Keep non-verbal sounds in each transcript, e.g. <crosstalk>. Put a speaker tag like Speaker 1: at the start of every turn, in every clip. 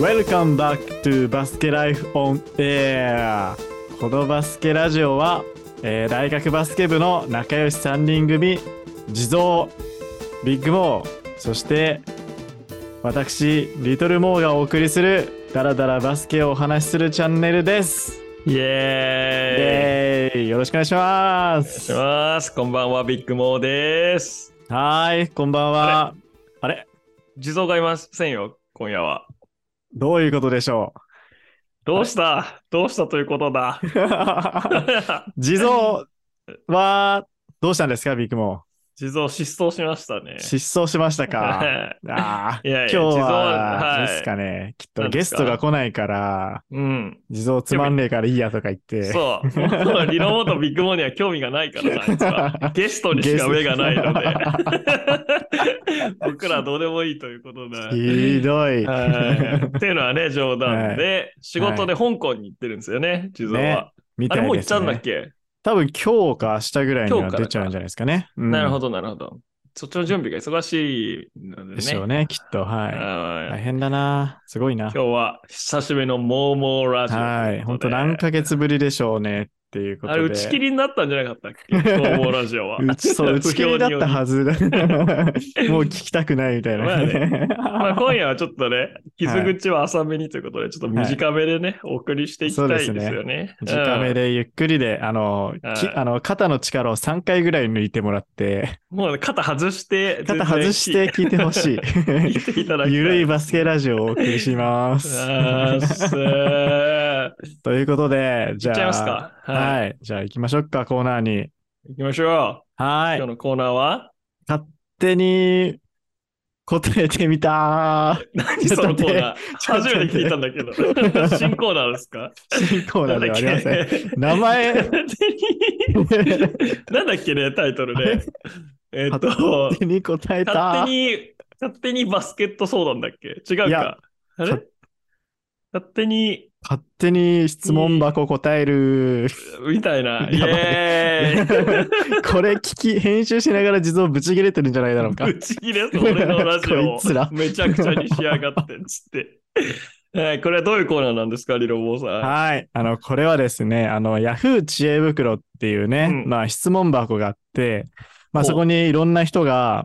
Speaker 1: Welcome back to バスケライフ on air このバスケラジオは、えー大学バスケ部の仲良し3人組地蔵ビッグモーそして私リトルモーがお送りするダラダラバスケをお話しするチャンネルです
Speaker 2: イ
Speaker 1: イ
Speaker 2: エ
Speaker 1: エ
Speaker 2: ーイ
Speaker 1: ーイよろしくお願いしま
Speaker 2: お願い
Speaker 1: す
Speaker 2: します。こんばんは、ビッグモーです。
Speaker 1: はーいこんばんはあれ
Speaker 2: 地蔵がいませんよ、今夜は。
Speaker 1: どういうことでしょ
Speaker 2: どうしたどうしたということだ。
Speaker 1: う <laughs> 地蔵はどうしたんですかビッグモ
Speaker 2: 地蔵失踪しましたね
Speaker 1: ー。失踪しましたかああ、
Speaker 2: いやいや
Speaker 1: 今日
Speaker 2: 地蔵
Speaker 1: は、
Speaker 2: はい
Speaker 1: あれですかね、きっ
Speaker 2: な
Speaker 1: と
Speaker 2: んで
Speaker 1: ゲ
Speaker 2: す
Speaker 1: スト
Speaker 2: か
Speaker 1: が来ないから、
Speaker 2: うん。
Speaker 1: 地蔵つまんねえからいいやとか言って、
Speaker 2: そう。リノモとビッグモーには興味がないからな、あいつは。ゲストにしか目がないの
Speaker 1: <laughs>
Speaker 2: で。僕らどうでもいいということで。
Speaker 1: ひどい。
Speaker 2: はいっていうのはね、冗談で、仕事で香港に行ってるんですよね、地蔵は。
Speaker 1: ねみ
Speaker 2: あ
Speaker 1: たいです、
Speaker 2: れ
Speaker 1: ね。
Speaker 2: もう行っちゃうんだっけ、
Speaker 1: 多分今日か明日ぐらいには
Speaker 2: 今日から
Speaker 1: 出ちゃうんじゃないですかね。うん
Speaker 2: なるほど、なるほど。そっちの準備が忙しいのでね。
Speaker 1: でしょうね、きっと。は。
Speaker 2: はいい
Speaker 1: 大変だな。すごいな
Speaker 2: 今。日は久しぶりのモーモーラジオということ
Speaker 1: は
Speaker 2: で。
Speaker 1: い。本当何ヶ月ぶりでしょうねっていうこと
Speaker 2: あ
Speaker 1: で。
Speaker 2: れ打ち切りになったんじゃなかったっ
Speaker 1: <laughs>
Speaker 2: けモーモーラジオは。
Speaker 1: うちそう、打ち切りだったはずだ。
Speaker 2: <laughs>
Speaker 1: もう聞きたくないみたいなね。
Speaker 2: まあ、今夜はちょっとね、傷口は浅めにということで、ちょっと短めでね、お送りしていきたいですよね。
Speaker 1: 短め
Speaker 2: うん
Speaker 1: でゆっくりで、あの、き
Speaker 2: はい
Speaker 1: あの肩の力を3回ぐらい抜いてもらって、
Speaker 2: もう肩外して、
Speaker 1: 肩外して聞いてほ
Speaker 2: <laughs>
Speaker 1: しい。
Speaker 2: 全然聞いていただきたい。
Speaker 1: ゆるいバスケラジオをお送りします。
Speaker 2: あーすー
Speaker 1: <laughs> ということで、じ
Speaker 2: 行っちゃい
Speaker 1: ゃ
Speaker 2: ます
Speaker 1: あ、
Speaker 2: か。。
Speaker 1: はいい、じゃあ行きましょうか、コーナーに。
Speaker 2: 行きましょ
Speaker 1: は
Speaker 2: う。
Speaker 1: い、
Speaker 2: 今日
Speaker 1: 勝
Speaker 2: のコーナーは
Speaker 1: 手に答えてみた
Speaker 2: <laughs> 何そのコーナー
Speaker 1: ちょっと
Speaker 2: 初
Speaker 1: 待って
Speaker 2: めて聞いたんだけど
Speaker 1: ょっと待って。
Speaker 2: <laughs> 新コーナーですか
Speaker 1: 新コーナーではありません。名
Speaker 2: <laughs>
Speaker 1: 前、
Speaker 2: なんだっけ <laughs> ね、タイトルで。えっと
Speaker 1: 勝、手に答えた
Speaker 2: 勝手。に、勝手にバスケット相談だっけ違う
Speaker 1: い
Speaker 2: か
Speaker 1: や。
Speaker 2: あれ勝手に、
Speaker 1: 勝手に質問箱答える。
Speaker 2: みたいな。イ
Speaker 1: やばい
Speaker 2: エーイ
Speaker 1: <laughs> これ聞き、編集しながら地蔵ぶち切れてるんじゃないだろうか。
Speaker 2: <laughs> ぶち切れそう、俺のラジオ
Speaker 1: こいつら
Speaker 2: をめちゃくちゃにしやがってっつって。えーこれはどういうコーナーなんですか、リロボーさん。
Speaker 1: はい。あの、これはですね、あの、Yahoo 知恵袋っていうね、
Speaker 2: うん
Speaker 1: まあ、質問箱があって、まあ、
Speaker 2: ほう
Speaker 1: そこにいろんな人が、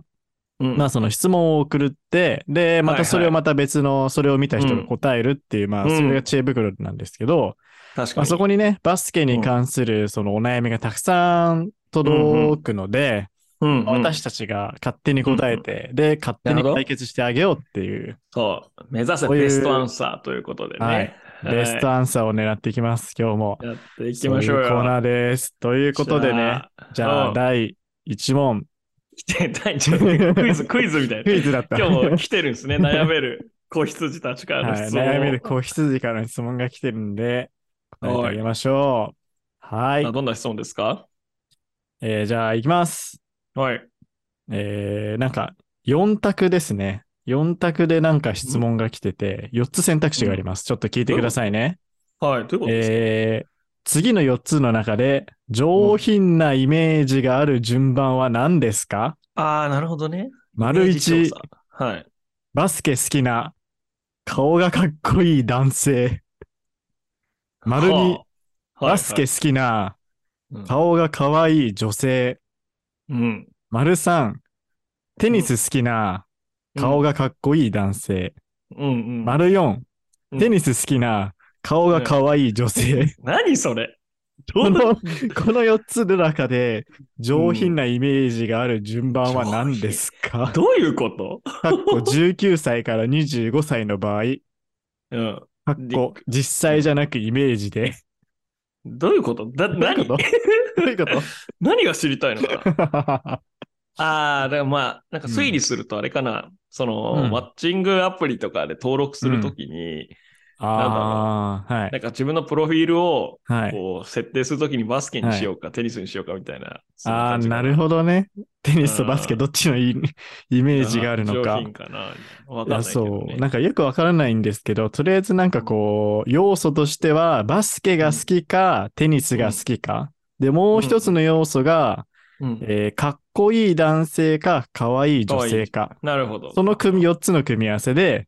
Speaker 2: うん
Speaker 1: まあ、その質問を送るって、で、ま
Speaker 2: はいは
Speaker 1: た
Speaker 2: い
Speaker 1: それをまた別の、それを見た人が答えるっていう、ま
Speaker 2: う
Speaker 1: あ、
Speaker 2: ん
Speaker 1: それが知恵袋なんですけど、
Speaker 2: 確
Speaker 1: ま
Speaker 2: か
Speaker 1: あ、
Speaker 2: に。
Speaker 1: そこにね、バスケに関する、そのお悩みがたくさん届くので、
Speaker 2: うんうん
Speaker 1: まあ私たちが勝手に答えて、で、勝手
Speaker 2: な
Speaker 1: に
Speaker 2: るほど
Speaker 1: 解決してあげようっていう、
Speaker 2: そう、目指せ
Speaker 1: そういう
Speaker 2: ベストアンサーということでね。
Speaker 1: はいベストアンサーを狙っていきます、今日も。
Speaker 2: はいやっていきましょうよ。
Speaker 1: そいコーナーです。ということでね、じゃ
Speaker 2: う
Speaker 1: あ、
Speaker 2: ん
Speaker 1: 第1問。
Speaker 2: 来てないちょっとクイズ、クイズみたい
Speaker 1: ク <laughs>
Speaker 2: な。
Speaker 1: イズだった。
Speaker 2: 今日も来てるんですね、悩める子羊たちからの
Speaker 1: はい、
Speaker 2: 質問を。
Speaker 1: 悩める子羊からの質問が来てるんで、答えてあげましょう。はい
Speaker 2: あ。どんな質問ですか
Speaker 1: えーじゃあ、いきます。
Speaker 2: はい。
Speaker 1: えーなんか、4択ですね。4択でなんか質問が来てて、4つ選択肢があります。ちょっと聞いてくださいね。
Speaker 2: はい、ということですか、
Speaker 1: えー次の4つの中で、上品なイメージがある順番は何ですか、
Speaker 2: ああ、なるほどね。
Speaker 1: 丸1、。
Speaker 2: はい。
Speaker 1: バスケ好きな、顔がかっこいい男性。丸
Speaker 2: はあ
Speaker 1: に、
Speaker 2: はい
Speaker 1: バスケ好きな、
Speaker 2: はい
Speaker 1: 顔がかわいい女性。
Speaker 2: うん。
Speaker 1: 丸三、テニス好きな、顔がかっこいい男性。
Speaker 2: うんうん。
Speaker 1: 丸四
Speaker 2: う、ん
Speaker 1: テニス好きな、顔がかわいい女性。
Speaker 2: 何それど
Speaker 1: こ
Speaker 2: うな
Speaker 1: <laughs> の、この4つの中で、上品なイメージがある順番は何ですか、
Speaker 2: どういうこと
Speaker 1: かっこ19歳から25歳の場合、
Speaker 2: うん。
Speaker 1: かっこ実際じゃなくイメージで。
Speaker 2: どういうことだ、
Speaker 1: どういう
Speaker 2: 何
Speaker 1: こと <laughs> どういうこと
Speaker 2: <laughs> 何が知りたいのかな
Speaker 1: は
Speaker 2: ああ、だからまあ、なんか推理するとあれかな。その、
Speaker 1: うん
Speaker 2: マッチングアプリとかで登録するときに、
Speaker 1: ああ、は
Speaker 2: なん
Speaker 1: い。
Speaker 2: か自分のプロフィールを、
Speaker 1: はい。
Speaker 2: こう、設定するときにバスケにしようか、テニスにしようかみたいな。
Speaker 1: ああ、なる
Speaker 2: ほ
Speaker 1: ほどね。テニスとバスケ、
Speaker 2: うん
Speaker 1: どっちのイイメージがあるのか
Speaker 2: 上。品かな。わ
Speaker 1: い
Speaker 2: か
Speaker 1: や、
Speaker 2: んないけど、ね。
Speaker 1: そう。なんかよくわからないんですけど、とりあえずなんかこう、要素としては、バスケが好きか、テニスが好きか。で、もう一つの要素が、
Speaker 2: うん
Speaker 1: えーかっこいい男性か、かわいい女性か。
Speaker 2: なるほど。
Speaker 1: その組、4つの組み合わせで、
Speaker 2: うん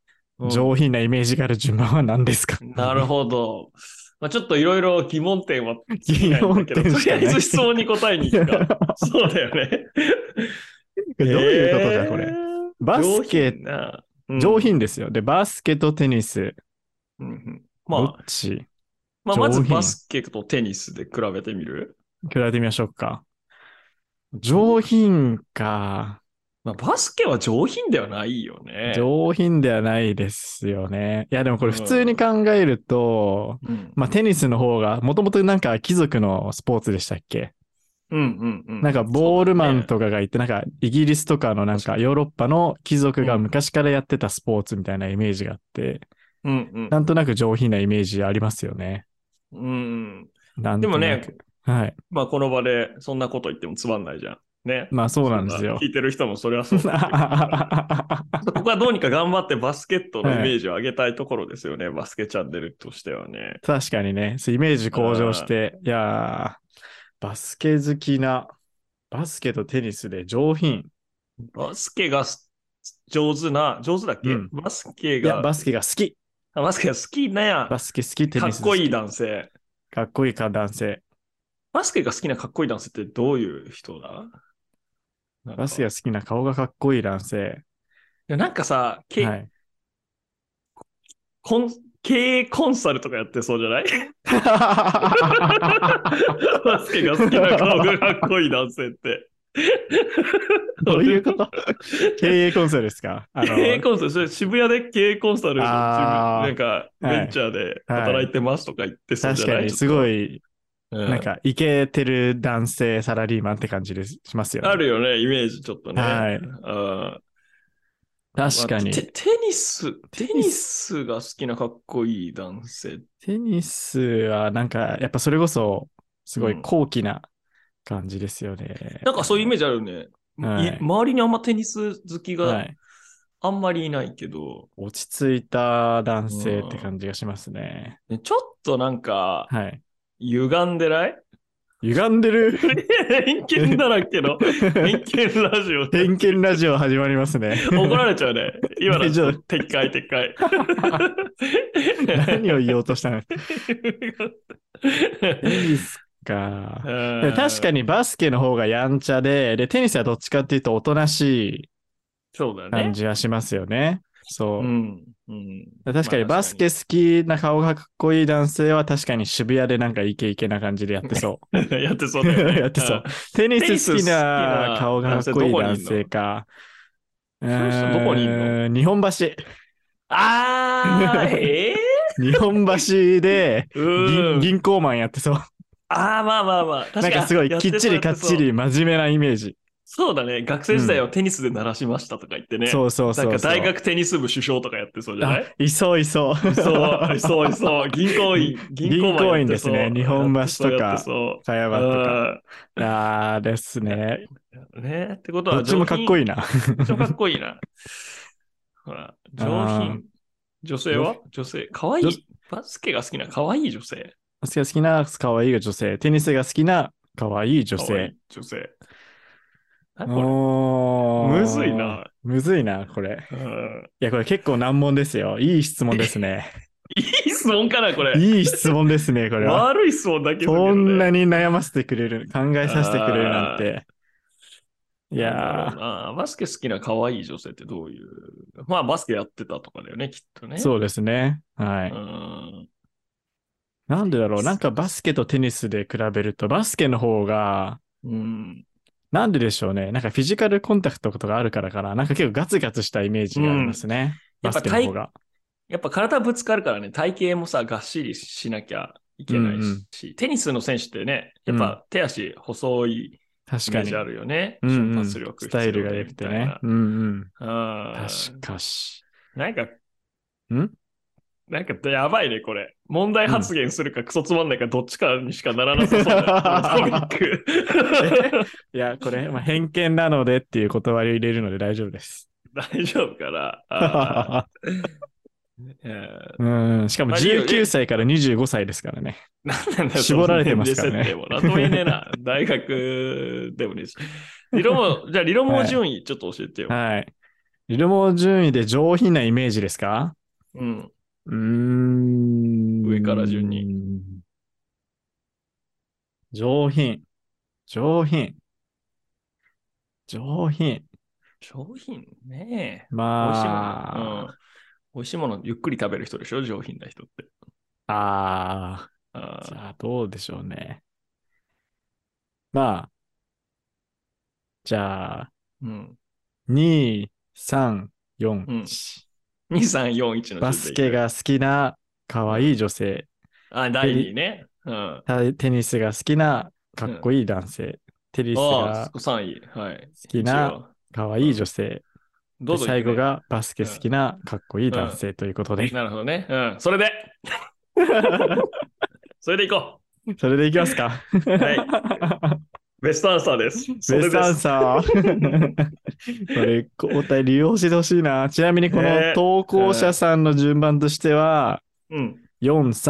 Speaker 1: 上品なイメージがある順番は何ですか
Speaker 2: なるほど。まあ、ちょっといろいろ疑問点は
Speaker 1: 疑問
Speaker 2: と
Speaker 1: 点し
Speaker 2: りあ
Speaker 1: か
Speaker 2: え
Speaker 1: ない
Speaker 2: ず質問に答えに行くか。
Speaker 1: <laughs>
Speaker 2: そうだよね。
Speaker 1: どういう <laughs> ことだ、
Speaker 2: えー
Speaker 1: これ。バスケ、
Speaker 2: な
Speaker 1: 上。品ですよ。で、バスケとテニス、
Speaker 2: うんうんうんま
Speaker 1: ど
Speaker 2: あ
Speaker 1: っ、ち
Speaker 2: まあ、まず
Speaker 1: 上品
Speaker 2: バスケとテニスで比べてみる、
Speaker 1: 比べてみましょうか。上品か。
Speaker 2: まあ、バスケは上品ではないよね。
Speaker 1: 上品ではないですよね。いや、でもこれ普通に考えると、
Speaker 2: うん
Speaker 1: まあテニスの方が、もともとなんか貴族のスポーツでしたっけ
Speaker 2: うんうんうん。
Speaker 1: なんかボールマンとかがいて、なんかイギリスとかのなんかヨーロッパの貴族が昔からやってたスポーツみたいなイメージがあって、
Speaker 2: そうだね。うん
Speaker 1: なんとなく上品なイメージありますよね。
Speaker 2: うん。うん
Speaker 1: な
Speaker 2: うんん、
Speaker 1: と
Speaker 2: で
Speaker 1: な
Speaker 2: も
Speaker 1: く
Speaker 2: ね、、
Speaker 1: はい。
Speaker 2: まあこの場でそんなこと言ってもつまんないじゃん。ね。
Speaker 1: まあそうなんですよ
Speaker 2: 聞。いてる人もそれはそう
Speaker 1: <laughs>
Speaker 2: ここはどうにか頑張ってバスケットのイメージを上げたいところですよね、バスケチャンネルとしてはね。
Speaker 1: <laughs> 確かにね、そうイメージ向上して、いやー、バスケ好きな、バスケとテニスで上品。
Speaker 2: バスケがす上手な、上手だっけ、
Speaker 1: うん
Speaker 2: バスケ
Speaker 1: いや、
Speaker 2: が、
Speaker 1: バスケが好き。
Speaker 2: あバスケが好きなや
Speaker 1: バ、スケ好き、テ
Speaker 2: か
Speaker 1: ニス
Speaker 2: っ
Speaker 1: 好
Speaker 2: こ
Speaker 1: き
Speaker 2: いい男性。
Speaker 1: かっこいいか男性。
Speaker 2: バスケが好きなかっこいい男性ってどういう人だなんか
Speaker 1: バスケが好きな顔がかっこいい男性。
Speaker 2: いやなんかさ、け <laughs>
Speaker 1: はい。
Speaker 2: コン経営コンサルとかやってそうじゃない
Speaker 1: <laughs>
Speaker 2: バスケが好きな顔がかっこいい男性って。
Speaker 1: どういうこと経営コンサルですかあの
Speaker 2: 経営コンサル、それ渋谷で経営コンサルの自分
Speaker 1: あー
Speaker 2: なんか
Speaker 1: はい
Speaker 2: ベンチャーで働いてますとか言ってそうじ
Speaker 1: 確
Speaker 2: ゃな
Speaker 1: か
Speaker 2: い、
Speaker 1: にすごい、
Speaker 2: うん
Speaker 1: なんか、イケてる男性サラリーマンって感じですしますよね。
Speaker 2: あるよね、イメージちょっとね。
Speaker 1: はい
Speaker 2: うん
Speaker 1: 確かに。
Speaker 2: まあテ
Speaker 1: テ
Speaker 2: テニス、テニスが好きなかっこいい男性。
Speaker 1: ニスは、なんか、やっぱそれこそ、すごい高貴な感じですよね。
Speaker 2: なんかそういうイメージあるよね。
Speaker 1: はい
Speaker 2: い周りにあんまテニス好き
Speaker 1: は
Speaker 2: が
Speaker 1: い。
Speaker 2: あんまりいないけど、
Speaker 1: 落ち着いた男性って感じがしますね。
Speaker 2: ねちょっとなんか
Speaker 1: はい。
Speaker 2: 歪んでない <laughs>
Speaker 1: 歪んでる
Speaker 2: 偏見だらけの偏見ラジオで
Speaker 1: 偏見ラジオ始まりますね。
Speaker 2: <laughs> 怒られちゃうね。今の
Speaker 1: 大丈夫
Speaker 2: 撤回撤
Speaker 1: <laughs>
Speaker 2: 回。
Speaker 1: 何を言おうとしたのテニスか。で確か
Speaker 2: に。
Speaker 1: にバスケの方がやんちゃで、で、テニスはどっちかっていうとおとなし
Speaker 2: そうだ
Speaker 1: い感
Speaker 2: ね。
Speaker 1: じはしますよね。そうう。
Speaker 2: ん。うん
Speaker 1: 確かにバスケ好きな顔がかっこいい男性は確かに渋谷でなんかイケイケな感じでやってそ
Speaker 2: <laughs> やってそう
Speaker 1: う。
Speaker 2: だよね。
Speaker 1: <laughs> やってそう
Speaker 2: うん。。
Speaker 1: テニ
Speaker 2: <laughs> テニ
Speaker 1: ス
Speaker 2: ス
Speaker 1: 好
Speaker 2: 好
Speaker 1: き
Speaker 2: き
Speaker 1: な
Speaker 2: な
Speaker 1: 顔がかっこいい男性か。う
Speaker 2: の人どこにいんの
Speaker 1: ーん日本
Speaker 2: <laughs>
Speaker 1: 橋。
Speaker 2: あー、え
Speaker 1: 日本橋で
Speaker 2: ー、う
Speaker 1: 銀
Speaker 2: ん
Speaker 1: 銀行マンやってそう。
Speaker 2: あー、まあまあまあ。確か
Speaker 1: なん
Speaker 2: に
Speaker 1: かすごいきっちりかっち。
Speaker 2: やてそうやてそう
Speaker 1: り真面目なイメージ。
Speaker 2: そうだね。学生時代をテニスで鳴らしましたとか言ってね。
Speaker 1: そうそうそうそう。
Speaker 2: なんか大学テニス部首相とかやってそうじゃな
Speaker 1: あ
Speaker 2: い
Speaker 1: いそういそう。
Speaker 2: そ
Speaker 1: <laughs>
Speaker 2: う、そう、そう、銀行員、銀行マンやってそ
Speaker 1: 銀
Speaker 2: う
Speaker 1: 行員ですね日本橋とか
Speaker 2: やってそう
Speaker 1: かや
Speaker 2: や
Speaker 1: ば
Speaker 2: って
Speaker 1: と
Speaker 2: そう
Speaker 1: か。ああですね。
Speaker 2: うんねってことは、
Speaker 1: どっちもかっこ
Speaker 2: いい。
Speaker 1: いいな。
Speaker 2: どっちもかっこい
Speaker 1: <laughs>
Speaker 2: いな。ほら、上
Speaker 1: あー
Speaker 2: 品。女性は女性。かわい
Speaker 1: 女
Speaker 2: い。バスケが好きなかわいい女性。
Speaker 1: バスケが好きな可愛い女性、テニスが好きな可愛い女
Speaker 2: 可愛
Speaker 1: 性。
Speaker 2: い女性。なこ
Speaker 1: おー
Speaker 2: むずいな。
Speaker 1: むずいな、これ。
Speaker 2: れうん
Speaker 1: いや、これ結構難問ですよ。いい質問ですね。
Speaker 2: いい質問かな、これ。
Speaker 1: いい質問ですね、これは。
Speaker 2: 悪い質問だけどね
Speaker 1: こんなに悩ませてくれる、考えさせてくれるなんて。い
Speaker 2: なんだ
Speaker 1: や
Speaker 2: ろうなバスケ好きな可愛い女性ってどういう。まあ、バスケやってたとかだよね、きっとね。
Speaker 1: ー、そうですね。は
Speaker 2: う
Speaker 1: い。
Speaker 2: ん。
Speaker 1: なんでだろう。なんかバスケとテニスで比べると、バスケの方が、
Speaker 2: うん。
Speaker 1: なんででしょうね。なんかフィジカルコンタクトとかあるからかな。なんか結構ガツガツしたイメージがありますね。
Speaker 2: うん
Speaker 1: バスケの方が。
Speaker 2: やっぱ体ぶつかるからね、体型もさ、がっしりしなきゃいけない
Speaker 1: う
Speaker 2: し、
Speaker 1: んうん
Speaker 2: テニスの選手ってね、やっぱ手足細いイ
Speaker 1: 確
Speaker 2: メ
Speaker 1: か
Speaker 2: ー
Speaker 1: に
Speaker 2: ジ。あるよね。
Speaker 1: うん
Speaker 2: 瞬
Speaker 1: うん
Speaker 2: 発力
Speaker 1: スタイルが良くてね。うんうん。確
Speaker 2: 確
Speaker 1: かし。
Speaker 2: なんか、
Speaker 1: ん
Speaker 2: なんかやばいね、これ。問題発言するか、クソつまんないか、どっちかにしかならなさそうなトピッ
Speaker 1: <laughs>
Speaker 2: ク。
Speaker 1: いや、これ、まあ、偏見なのでっていう言葉を入れるので大丈夫です。
Speaker 2: <laughs> 大丈夫かなあ
Speaker 1: <laughs>
Speaker 2: ーえ
Speaker 1: うん。しかも
Speaker 2: まあいいよ
Speaker 1: 19歳から25歳ですからね。
Speaker 2: ーなんだよ
Speaker 1: 絞られてますからね
Speaker 2: その年齢設定もなんとも言えねえ
Speaker 1: <laughs>
Speaker 2: な。大学でもねえし。理論も、じゃあ理論も順位ちょっと教えてよ。
Speaker 1: はい。リルモ順位で上品なイメージですか
Speaker 2: うん。
Speaker 1: うーん。
Speaker 2: 上から順に。
Speaker 1: 上品。上品。上品。
Speaker 2: 上品ね。美味しいも
Speaker 1: まあ、
Speaker 2: の、うん。美味しいものゆっくり食べる人でしょ、上品な人って。
Speaker 1: あ
Speaker 2: あ
Speaker 1: あ、じ
Speaker 2: ー
Speaker 1: ゃあどうでしょうね。まあ、じゃあ、
Speaker 2: うん。
Speaker 1: 2、3、4、
Speaker 2: うん
Speaker 1: 1
Speaker 2: 2、3、4、1の
Speaker 1: バスケ。が好きな可愛い女性、
Speaker 2: あ、第2ね。うん。
Speaker 1: たテニスが好きなかっこいい男性、テニス
Speaker 2: あ
Speaker 1: が
Speaker 2: あ、3位。はい。
Speaker 1: 好きな可愛い女性、
Speaker 2: どうぞ
Speaker 1: で最後。がバスケ好きなかっこいい男性ということで、
Speaker 2: なるほどね。うん。それでそれでいこ
Speaker 1: <laughs>
Speaker 2: <laughs>
Speaker 1: それでいきますか。
Speaker 2: う。はい。
Speaker 1: <laughs>
Speaker 2: ベストアンサーです。それ
Speaker 1: ベ
Speaker 2: で
Speaker 1: ス
Speaker 2: す
Speaker 1: トアン <laughs> サー。これ、お便り利用してほしいな。ちなみに、こ
Speaker 2: ね
Speaker 1: の投稿者さんの順番としては、
Speaker 2: うん。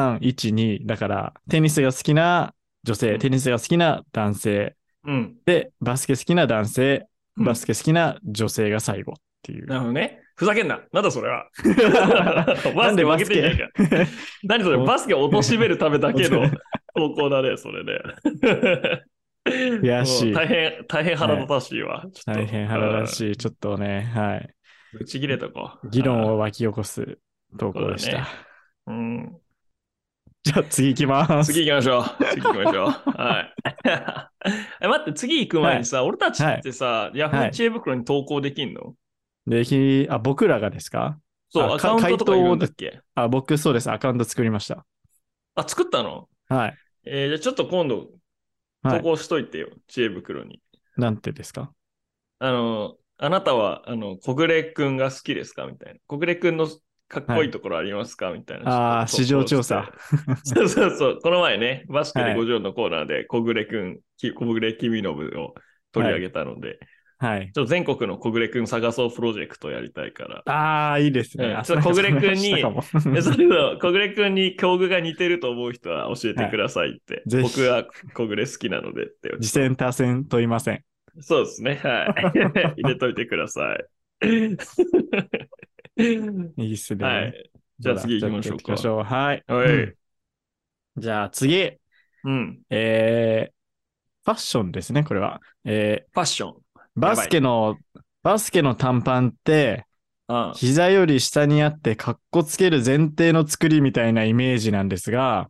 Speaker 1: 4312だから、テニスが好きな女
Speaker 2: う
Speaker 1: 性、
Speaker 2: ん
Speaker 1: テニスが好きな男性、
Speaker 2: うん。
Speaker 1: で、バスケ好きな男性、
Speaker 2: うん
Speaker 1: バスケ好きな女性が最後っていう。
Speaker 2: なるほどね。ふざけんな。なんだそ
Speaker 1: <laughs>
Speaker 2: れは。
Speaker 1: な
Speaker 2: バ
Speaker 1: んで
Speaker 2: スケ
Speaker 1: バ
Speaker 2: 負
Speaker 1: ス
Speaker 2: け
Speaker 1: ケ
Speaker 2: てんじゃんか。 <laughs> 何それ、バスケを貶めるためだ
Speaker 1: <laughs>
Speaker 2: けの投稿だね、それね。
Speaker 1: 悔しい
Speaker 2: もう大変、大変腹立たしいわ。ちょっと
Speaker 1: 大変腹立たしい。ちょっとね、はい。
Speaker 2: うん。打ち切れとこう。
Speaker 1: 議論を沸き起こす投稿でし
Speaker 2: そうだ
Speaker 1: た
Speaker 2: ね。うん。
Speaker 1: <laughs> じゃあ次行きます。
Speaker 2: 次行きましょう。次行きましょう。はい。 <laughs> え、待って、次行く前にさ、俺たちってさ、ヤフ
Speaker 1: は
Speaker 2: ー
Speaker 1: い
Speaker 2: 知恵袋に投稿できんの、
Speaker 1: でき、あ、僕らがですか
Speaker 2: そう、
Speaker 1: あ
Speaker 2: アカウントとか
Speaker 1: 回答
Speaker 2: 言
Speaker 1: を
Speaker 2: うんだっけ
Speaker 1: あ、僕そうです。アカウント作りました。
Speaker 2: あ、作ったの
Speaker 1: はい。
Speaker 2: えーじゃあちょっと今度、
Speaker 1: は
Speaker 2: 投
Speaker 1: い
Speaker 2: 稿しといてよ、知恵袋に。
Speaker 1: なんてですか
Speaker 2: あの、あなたは、あの、小暮くんが好きですかみたいな。小暮くんのかっこいいところありますか、みたいな。
Speaker 1: あー
Speaker 2: ちょっと投稿
Speaker 1: 市場調査
Speaker 2: して。 <laughs> そうそうそう。この前ね、バスケ
Speaker 1: は
Speaker 2: で
Speaker 1: い
Speaker 2: 50のコーナーで、小暮くん、き小暮君信を取り上げたので、
Speaker 1: はい。
Speaker 2: ちょっと全国の小暮くん探そうプロジェクトやりたいから。
Speaker 1: <laughs> ああ、いいですね。
Speaker 2: うん
Speaker 1: あ
Speaker 2: ちょっと小暮君に
Speaker 1: なんかそんな話したかも
Speaker 2: でそれの小暮くんに境遇が似てると思う人は教えてくださいって。
Speaker 1: ぜひ
Speaker 2: 僕は小暮好きなのでって。
Speaker 1: 次戦他戦問いません。
Speaker 2: そうですね。 <laughs> はい。入れといてくださ
Speaker 1: い
Speaker 2: い。
Speaker 1: いっすね。
Speaker 2: はい。じゃあ次行きましょうか
Speaker 1: じゃあ次行きましょう。はい。
Speaker 2: はい
Speaker 1: うんじゃあ次。
Speaker 2: うん。
Speaker 1: えー、ファッションですね、これは。え
Speaker 2: ファッション。
Speaker 1: ー、バスケの、バスケの短パンって、
Speaker 2: あ
Speaker 1: 膝より下にあって、かっこつける前提の作りみたいなイメージなんですが、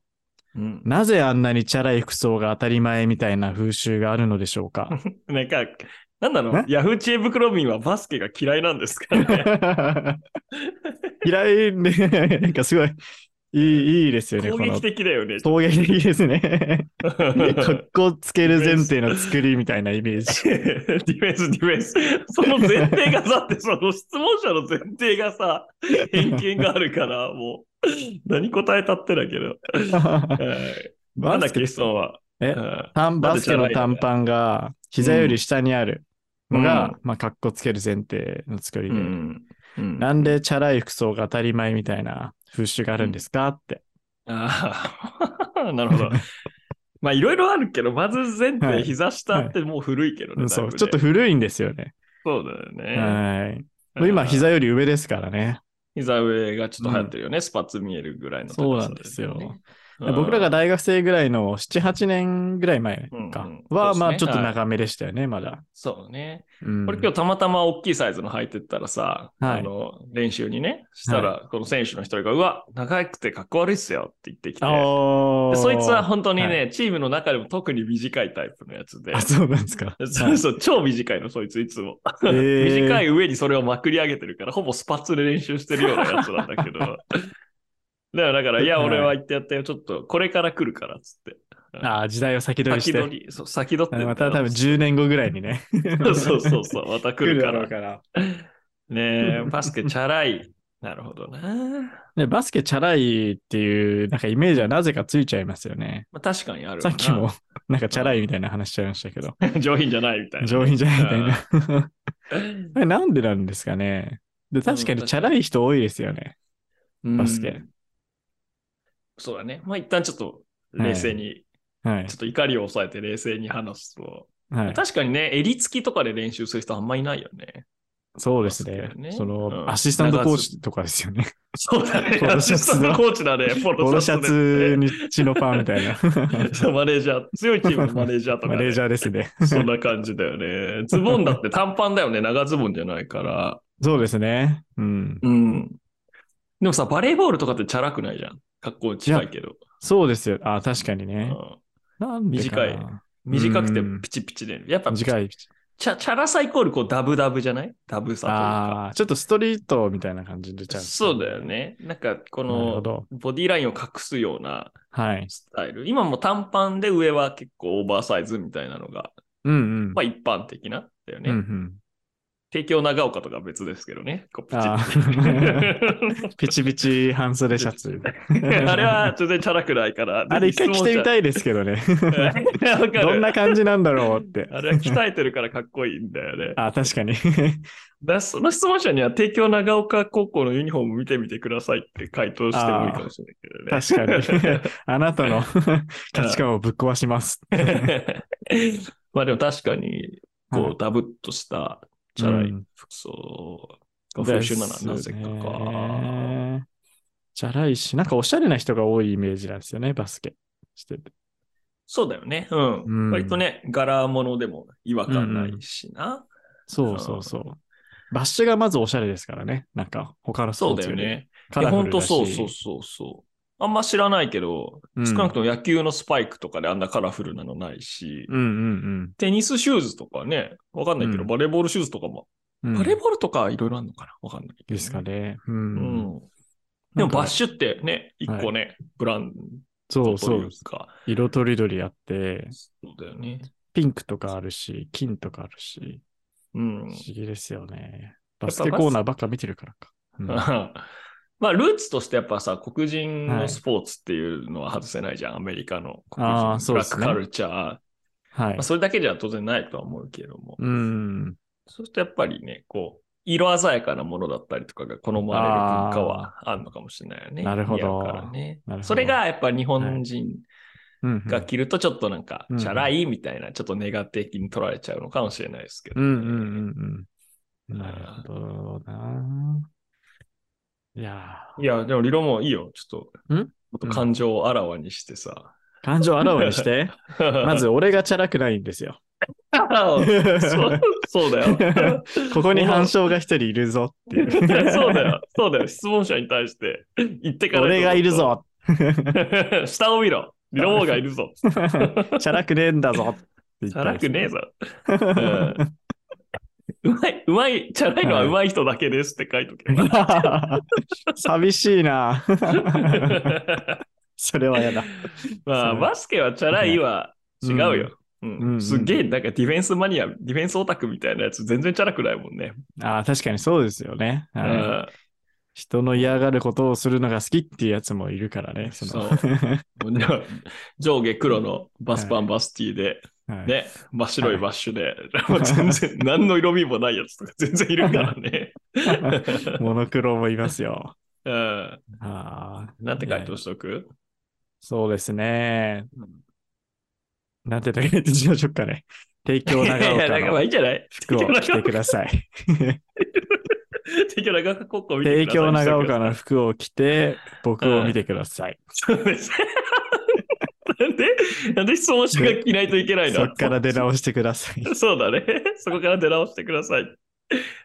Speaker 2: うん、
Speaker 1: なぜあんなにチャラい服装が当たり前みたいな風習があるのでしょう
Speaker 2: <laughs>
Speaker 1: か
Speaker 2: なんか、なんなの
Speaker 1: ね
Speaker 2: ヤフー知恵袋民はバスケが嫌いなんですかね
Speaker 1: 嫌いね、なんかすごい、いい、いいですよね、
Speaker 2: <laughs> 攻
Speaker 1: この
Speaker 2: 撃。的だよね。
Speaker 1: 攻撃的ですね。
Speaker 2: <laughs> デ
Speaker 1: か
Speaker 2: ィ
Speaker 1: っこつける前提の作りみたいなイメージ。
Speaker 2: フェンス、ディフェンス。その前提がさ、ってその質問者の前提がさ、偏見があるから、もう、何答えたってだけど。 <laughs> はいなんだっけ、質問は。
Speaker 1: え
Speaker 2: うん
Speaker 1: 短
Speaker 2: なん
Speaker 1: バ
Speaker 2: で
Speaker 1: スケの短パンが膝より下にあるのが、
Speaker 2: うん
Speaker 1: まあ、かっこつける前提の作り
Speaker 2: う
Speaker 1: で、
Speaker 2: んうん
Speaker 1: なんでチャラい服装が当たり前みたいな風習があるんですかって。
Speaker 2: ああ、 <laughs> なるほど。まあ、いろいろあるけど、まず前
Speaker 1: は
Speaker 2: 提、
Speaker 1: い
Speaker 2: 膝下ってもう古いけど
Speaker 1: う
Speaker 2: ね。
Speaker 1: んそう、
Speaker 2: だいぶね
Speaker 1: ちょっと古いんですよね。
Speaker 2: そうだよね。
Speaker 1: はい。
Speaker 2: うん
Speaker 1: 今、。膝より上ですからね。
Speaker 2: 膝上がちょっと流行ってるよね。スパッツ見えるぐらいの
Speaker 1: そう
Speaker 2: 高
Speaker 1: な
Speaker 2: さ
Speaker 1: ん
Speaker 2: ね
Speaker 1: ですよ。
Speaker 2: うん
Speaker 1: 僕らが大学生ぐらいの7、8年ぐらい前
Speaker 2: う
Speaker 1: か
Speaker 2: んうん
Speaker 1: は、
Speaker 2: そう
Speaker 1: まあ
Speaker 2: です
Speaker 1: ち
Speaker 2: ね
Speaker 1: ょっと長めでしたよね、まだ。
Speaker 2: そうね。
Speaker 1: うん
Speaker 2: これ今日たまたま大きいサイズの履いてったらさ、
Speaker 1: はい
Speaker 2: あの、練習にね、したら、この選手の一人が、うわ、長くてかっこ悪いっすよって言ってきて。
Speaker 1: あー
Speaker 2: でそいつは本当に
Speaker 1: は
Speaker 2: ね、チームの中でも特に短いタイプのやつで
Speaker 1: あ、。そうなんですか。
Speaker 2: <laughs> そうそう、超短いの、そいついつも。
Speaker 1: えー
Speaker 2: 短い上にそれをまくり上げてるから、ほぼスパッツで練習してるようなやつなんだ
Speaker 1: <laughs>
Speaker 2: けど。だから、だから、いや、
Speaker 1: はい
Speaker 2: 俺は言ってやったよ、ちょっと、これから来るから、つって。
Speaker 1: あー時代を先取りし
Speaker 2: 先
Speaker 1: て。
Speaker 2: 取り、そう先取ってんだよ。
Speaker 1: また多分10年後ぐらいにね。
Speaker 2: そうそうそう、また <laughs> 来るから。
Speaker 1: ら。
Speaker 2: ねえ、バスケチャラい。なるほどな。
Speaker 1: ね、バスケチャラいっていう、なんかイメージはなぜかついちゃいますよね。
Speaker 2: まあ、確かにあるわな
Speaker 1: さっきも。、なんかチャラいみたいな話しちゃいましたけど、
Speaker 2: <laughs> 上品じゃないみたいな。
Speaker 1: 上品じゃないみたいな。これなんでなんですかね。で、確かにチャラい人多いですよね。
Speaker 2: うん
Speaker 1: バスケ。
Speaker 2: そうだね。まあ、一旦ちょっと、冷静に、
Speaker 1: はい
Speaker 2: ちょ。っと怒りを抑えて冷静に話すと。
Speaker 1: はい。
Speaker 2: 確かにね、襟付きとかで練習する人あんまいないよね。
Speaker 1: そうですね
Speaker 2: バスケ。ね
Speaker 1: その、
Speaker 2: うん
Speaker 1: アシスタントコーチとかですよね。
Speaker 2: そうだね。
Speaker 1: ポロシャ
Speaker 2: アシ
Speaker 1: ツの
Speaker 2: スタントコーチだね。ポ
Speaker 1: ボロ
Speaker 2: ロ
Speaker 1: シ
Speaker 2: シ
Speaker 1: ャ
Speaker 2: ャ
Speaker 1: ツ
Speaker 2: ツ
Speaker 1: にチノパンみた
Speaker 2: <laughs>
Speaker 1: いな。
Speaker 2: で。マネージャー、強いチームのマネージャーとか、
Speaker 1: マ
Speaker 2: ね。
Speaker 1: ネージャーですね。
Speaker 2: そんな感じだよね。ズボンだって短パンだよね。長ズボンじゃないから。
Speaker 1: そうですね。うん。
Speaker 2: うん。でもさ、バレーボールとかってチャラくないじゃん。格好近いけど。
Speaker 1: そうですよ。あ、確かに
Speaker 2: う
Speaker 1: ね。
Speaker 2: ん
Speaker 1: なんでかな
Speaker 2: 短い短くて
Speaker 1: うん
Speaker 2: ピチピチで。やっぱ、チ
Speaker 1: 短い。
Speaker 2: ャチャラさイコールこうダブダブじゃないダブさというか。
Speaker 1: ああ、ちょっとストリートみたいな感じでちゃう。
Speaker 2: そうだよ。ね。なんか、こ
Speaker 1: なるほ
Speaker 2: の、
Speaker 1: ど。
Speaker 2: ボディラインを隠すような
Speaker 1: はい。
Speaker 2: スタイル。今も短パンで上は結構オーバーサイズみたいなのが、
Speaker 1: うんうん。
Speaker 2: まあ一般的な。だよね。
Speaker 1: うんうん
Speaker 2: 帝京長岡とかは別ですけどね。こうピチ
Speaker 1: あ
Speaker 2: ッて
Speaker 1: ピチピチ半袖シャツ。
Speaker 2: <laughs> あれは全然チャラくないから。
Speaker 1: <laughs> あれ一回着てみ
Speaker 2: い。
Speaker 1: たいですけどね。
Speaker 2: <laughs> わかる
Speaker 1: <laughs> どんな感じなんだろうっ
Speaker 2: <laughs>
Speaker 1: て。
Speaker 2: あれは鍛えてるからかっこいいんだよね。
Speaker 1: あ、確かに。 <laughs>
Speaker 2: だその質問者には帝京長岡高校のユニフォーム見てみてくださいって回答してもいいかもしれないけ
Speaker 1: 確か
Speaker 2: どね。 <laughs>
Speaker 1: に。あなたの <laughs> 価値観をぶっ壊します。
Speaker 2: に。 <laughs> まあでも確かに、
Speaker 1: は
Speaker 2: こ、
Speaker 1: いう
Speaker 2: ダブっとしたチャラい
Speaker 1: うん
Speaker 2: 服装が風習なのはなぜかか。
Speaker 1: か。チャラいし、なんかおしゃれな人が多いイメージなんですよね、バスケしてて。
Speaker 2: そうだよね。うん。
Speaker 1: うん
Speaker 2: 割とね、柄物でも違和感ないしな。
Speaker 1: そうそうそう。バッシュがまずおしゃれですからね。なんか他のスポ
Speaker 2: そう
Speaker 1: ー
Speaker 2: だ
Speaker 1: ツ
Speaker 2: よ
Speaker 1: より。
Speaker 2: ね。
Speaker 1: カ
Speaker 2: いや
Speaker 1: ラフ
Speaker 2: 本
Speaker 1: ル
Speaker 2: 当
Speaker 1: だし。
Speaker 2: そうそうそうそう。あんま知らないけど、
Speaker 1: うん
Speaker 2: 少なくとも野球のスパイクとかであんなカラフルなのないし、
Speaker 1: うんうん
Speaker 2: テニスシューズとかね、わかんないけど、
Speaker 1: うん
Speaker 2: バレーボールシューズとかも、
Speaker 1: うん。
Speaker 2: バレー
Speaker 1: ボ
Speaker 2: ボールとかいろいろあるのかなわかんないけど、
Speaker 1: ですか。ね。う。
Speaker 2: うんん。でもバッ
Speaker 1: ュ。
Speaker 2: シュってね、一個ね、ブラン
Speaker 1: そ
Speaker 2: ド
Speaker 1: う
Speaker 2: と
Speaker 1: そ
Speaker 2: いうう。か、
Speaker 1: 色とりどりあって、
Speaker 2: そうだよね。
Speaker 1: ピンクとかあるし、金とかあるし、
Speaker 2: うん
Speaker 1: 不。思議ですよね。
Speaker 2: ぱ
Speaker 1: バスケコーナーばっか見てるからか。うん
Speaker 2: <laughs> まあ、ルーツとしてやっぱさ、黒人のスポーツっていうのは外せないじゃん、アメリカの黒人
Speaker 1: あー、
Speaker 2: ブ
Speaker 1: そうっ
Speaker 2: ラ
Speaker 1: す
Speaker 2: ッ
Speaker 1: ね
Speaker 2: クカルチャー。
Speaker 1: はい
Speaker 2: まあ、。それだけじゃ当然ないとは思うけれども、
Speaker 1: うん。
Speaker 2: そうするとやっぱりね、こう、色鮮やかなものだったりとかが好まれる文化はあるのかもしれないよね。
Speaker 1: あーなるほど
Speaker 2: 似合うからね
Speaker 1: なるほど
Speaker 2: それがやっぱ日本人
Speaker 1: うんうん
Speaker 2: が着るとちょっとなんか、
Speaker 1: うん
Speaker 2: チャラいみたいな、ちょっとネガティブに取られちゃうのかもしれないですけど
Speaker 1: う
Speaker 2: ね、
Speaker 1: んうんうんうん。なるほどな。いや
Speaker 2: いや、でも理論もいいよ。ちょっと、
Speaker 1: ん
Speaker 2: もっと感情をあらわにしてさ。
Speaker 1: ー、感情あらわに
Speaker 2: <laughs>
Speaker 1: して、ま
Speaker 2: ま
Speaker 1: ず、俺がチャラくないんですよ。
Speaker 2: <laughs> そうそう
Speaker 1: <laughs>
Speaker 2: だよ。
Speaker 1: ここに反証が一人いるぞってい
Speaker 2: <laughs>
Speaker 1: う。
Speaker 2: そうだよ。そうだよ。質問者に対して言ってから。
Speaker 1: 俺がいる。ぞ
Speaker 2: <laughs> 下を見ろ。リロモがいる
Speaker 1: <laughs>
Speaker 2: ぞ。
Speaker 1: チャラくねえんだぞって言っ
Speaker 2: チ
Speaker 1: た
Speaker 2: ャ
Speaker 1: ん
Speaker 2: ラ
Speaker 1: ですよ
Speaker 2: くねえぞ。うまい、うまい、チャラいのはうまい人だけですって書
Speaker 1: <laughs>
Speaker 2: いとけ <laughs> ば。
Speaker 1: 寂しいな。
Speaker 2: <laughs>
Speaker 1: それはやだ。
Speaker 2: ま
Speaker 1: そ
Speaker 2: あ、
Speaker 1: れ
Speaker 2: バスケはチャラいは違うよ。
Speaker 1: う
Speaker 2: う
Speaker 1: んうん
Speaker 2: ん、すげえ、なんかディフェンスマニア、ディフェンスオタクみたいなやつ全然チャラくないもんね。
Speaker 1: ああ、確かにそうですよね、
Speaker 2: う
Speaker 1: はい
Speaker 2: ん
Speaker 1: 人の嫌がることをするのが好きっていうやつもいるからね。そ
Speaker 2: そ
Speaker 1: の
Speaker 2: う。でも上下黒のバスパンバスティで、
Speaker 1: <laughs> はい
Speaker 2: ね、真っ白いバッシュで、 <laughs> もう全然何の色味もないやつとか全然いるから
Speaker 1: <laughs>
Speaker 2: ね。
Speaker 1: モノクロもいます
Speaker 2: <laughs>
Speaker 1: よ。
Speaker 2: うん
Speaker 1: ああ、
Speaker 2: なんて回答し
Speaker 1: <laughs>
Speaker 2: とく
Speaker 1: そうですね。
Speaker 2: うん
Speaker 1: なんてだけ <laughs> 言しましょうかね。提供
Speaker 2: いや
Speaker 1: 長
Speaker 2: いや、
Speaker 1: 岡
Speaker 2: なんかまあ
Speaker 1: の
Speaker 2: いいんじゃない
Speaker 1: 服を着てください。
Speaker 2: 提供長岡高校見て
Speaker 1: <laughs> 提
Speaker 2: ください
Speaker 1: 供長岡の服を着て、僕を見てください。
Speaker 2: そうです <laughs> なんで、なんで質問者が着ないといけないの
Speaker 1: そっから出直してください。
Speaker 2: <laughs> そうだね。そこから出直してください。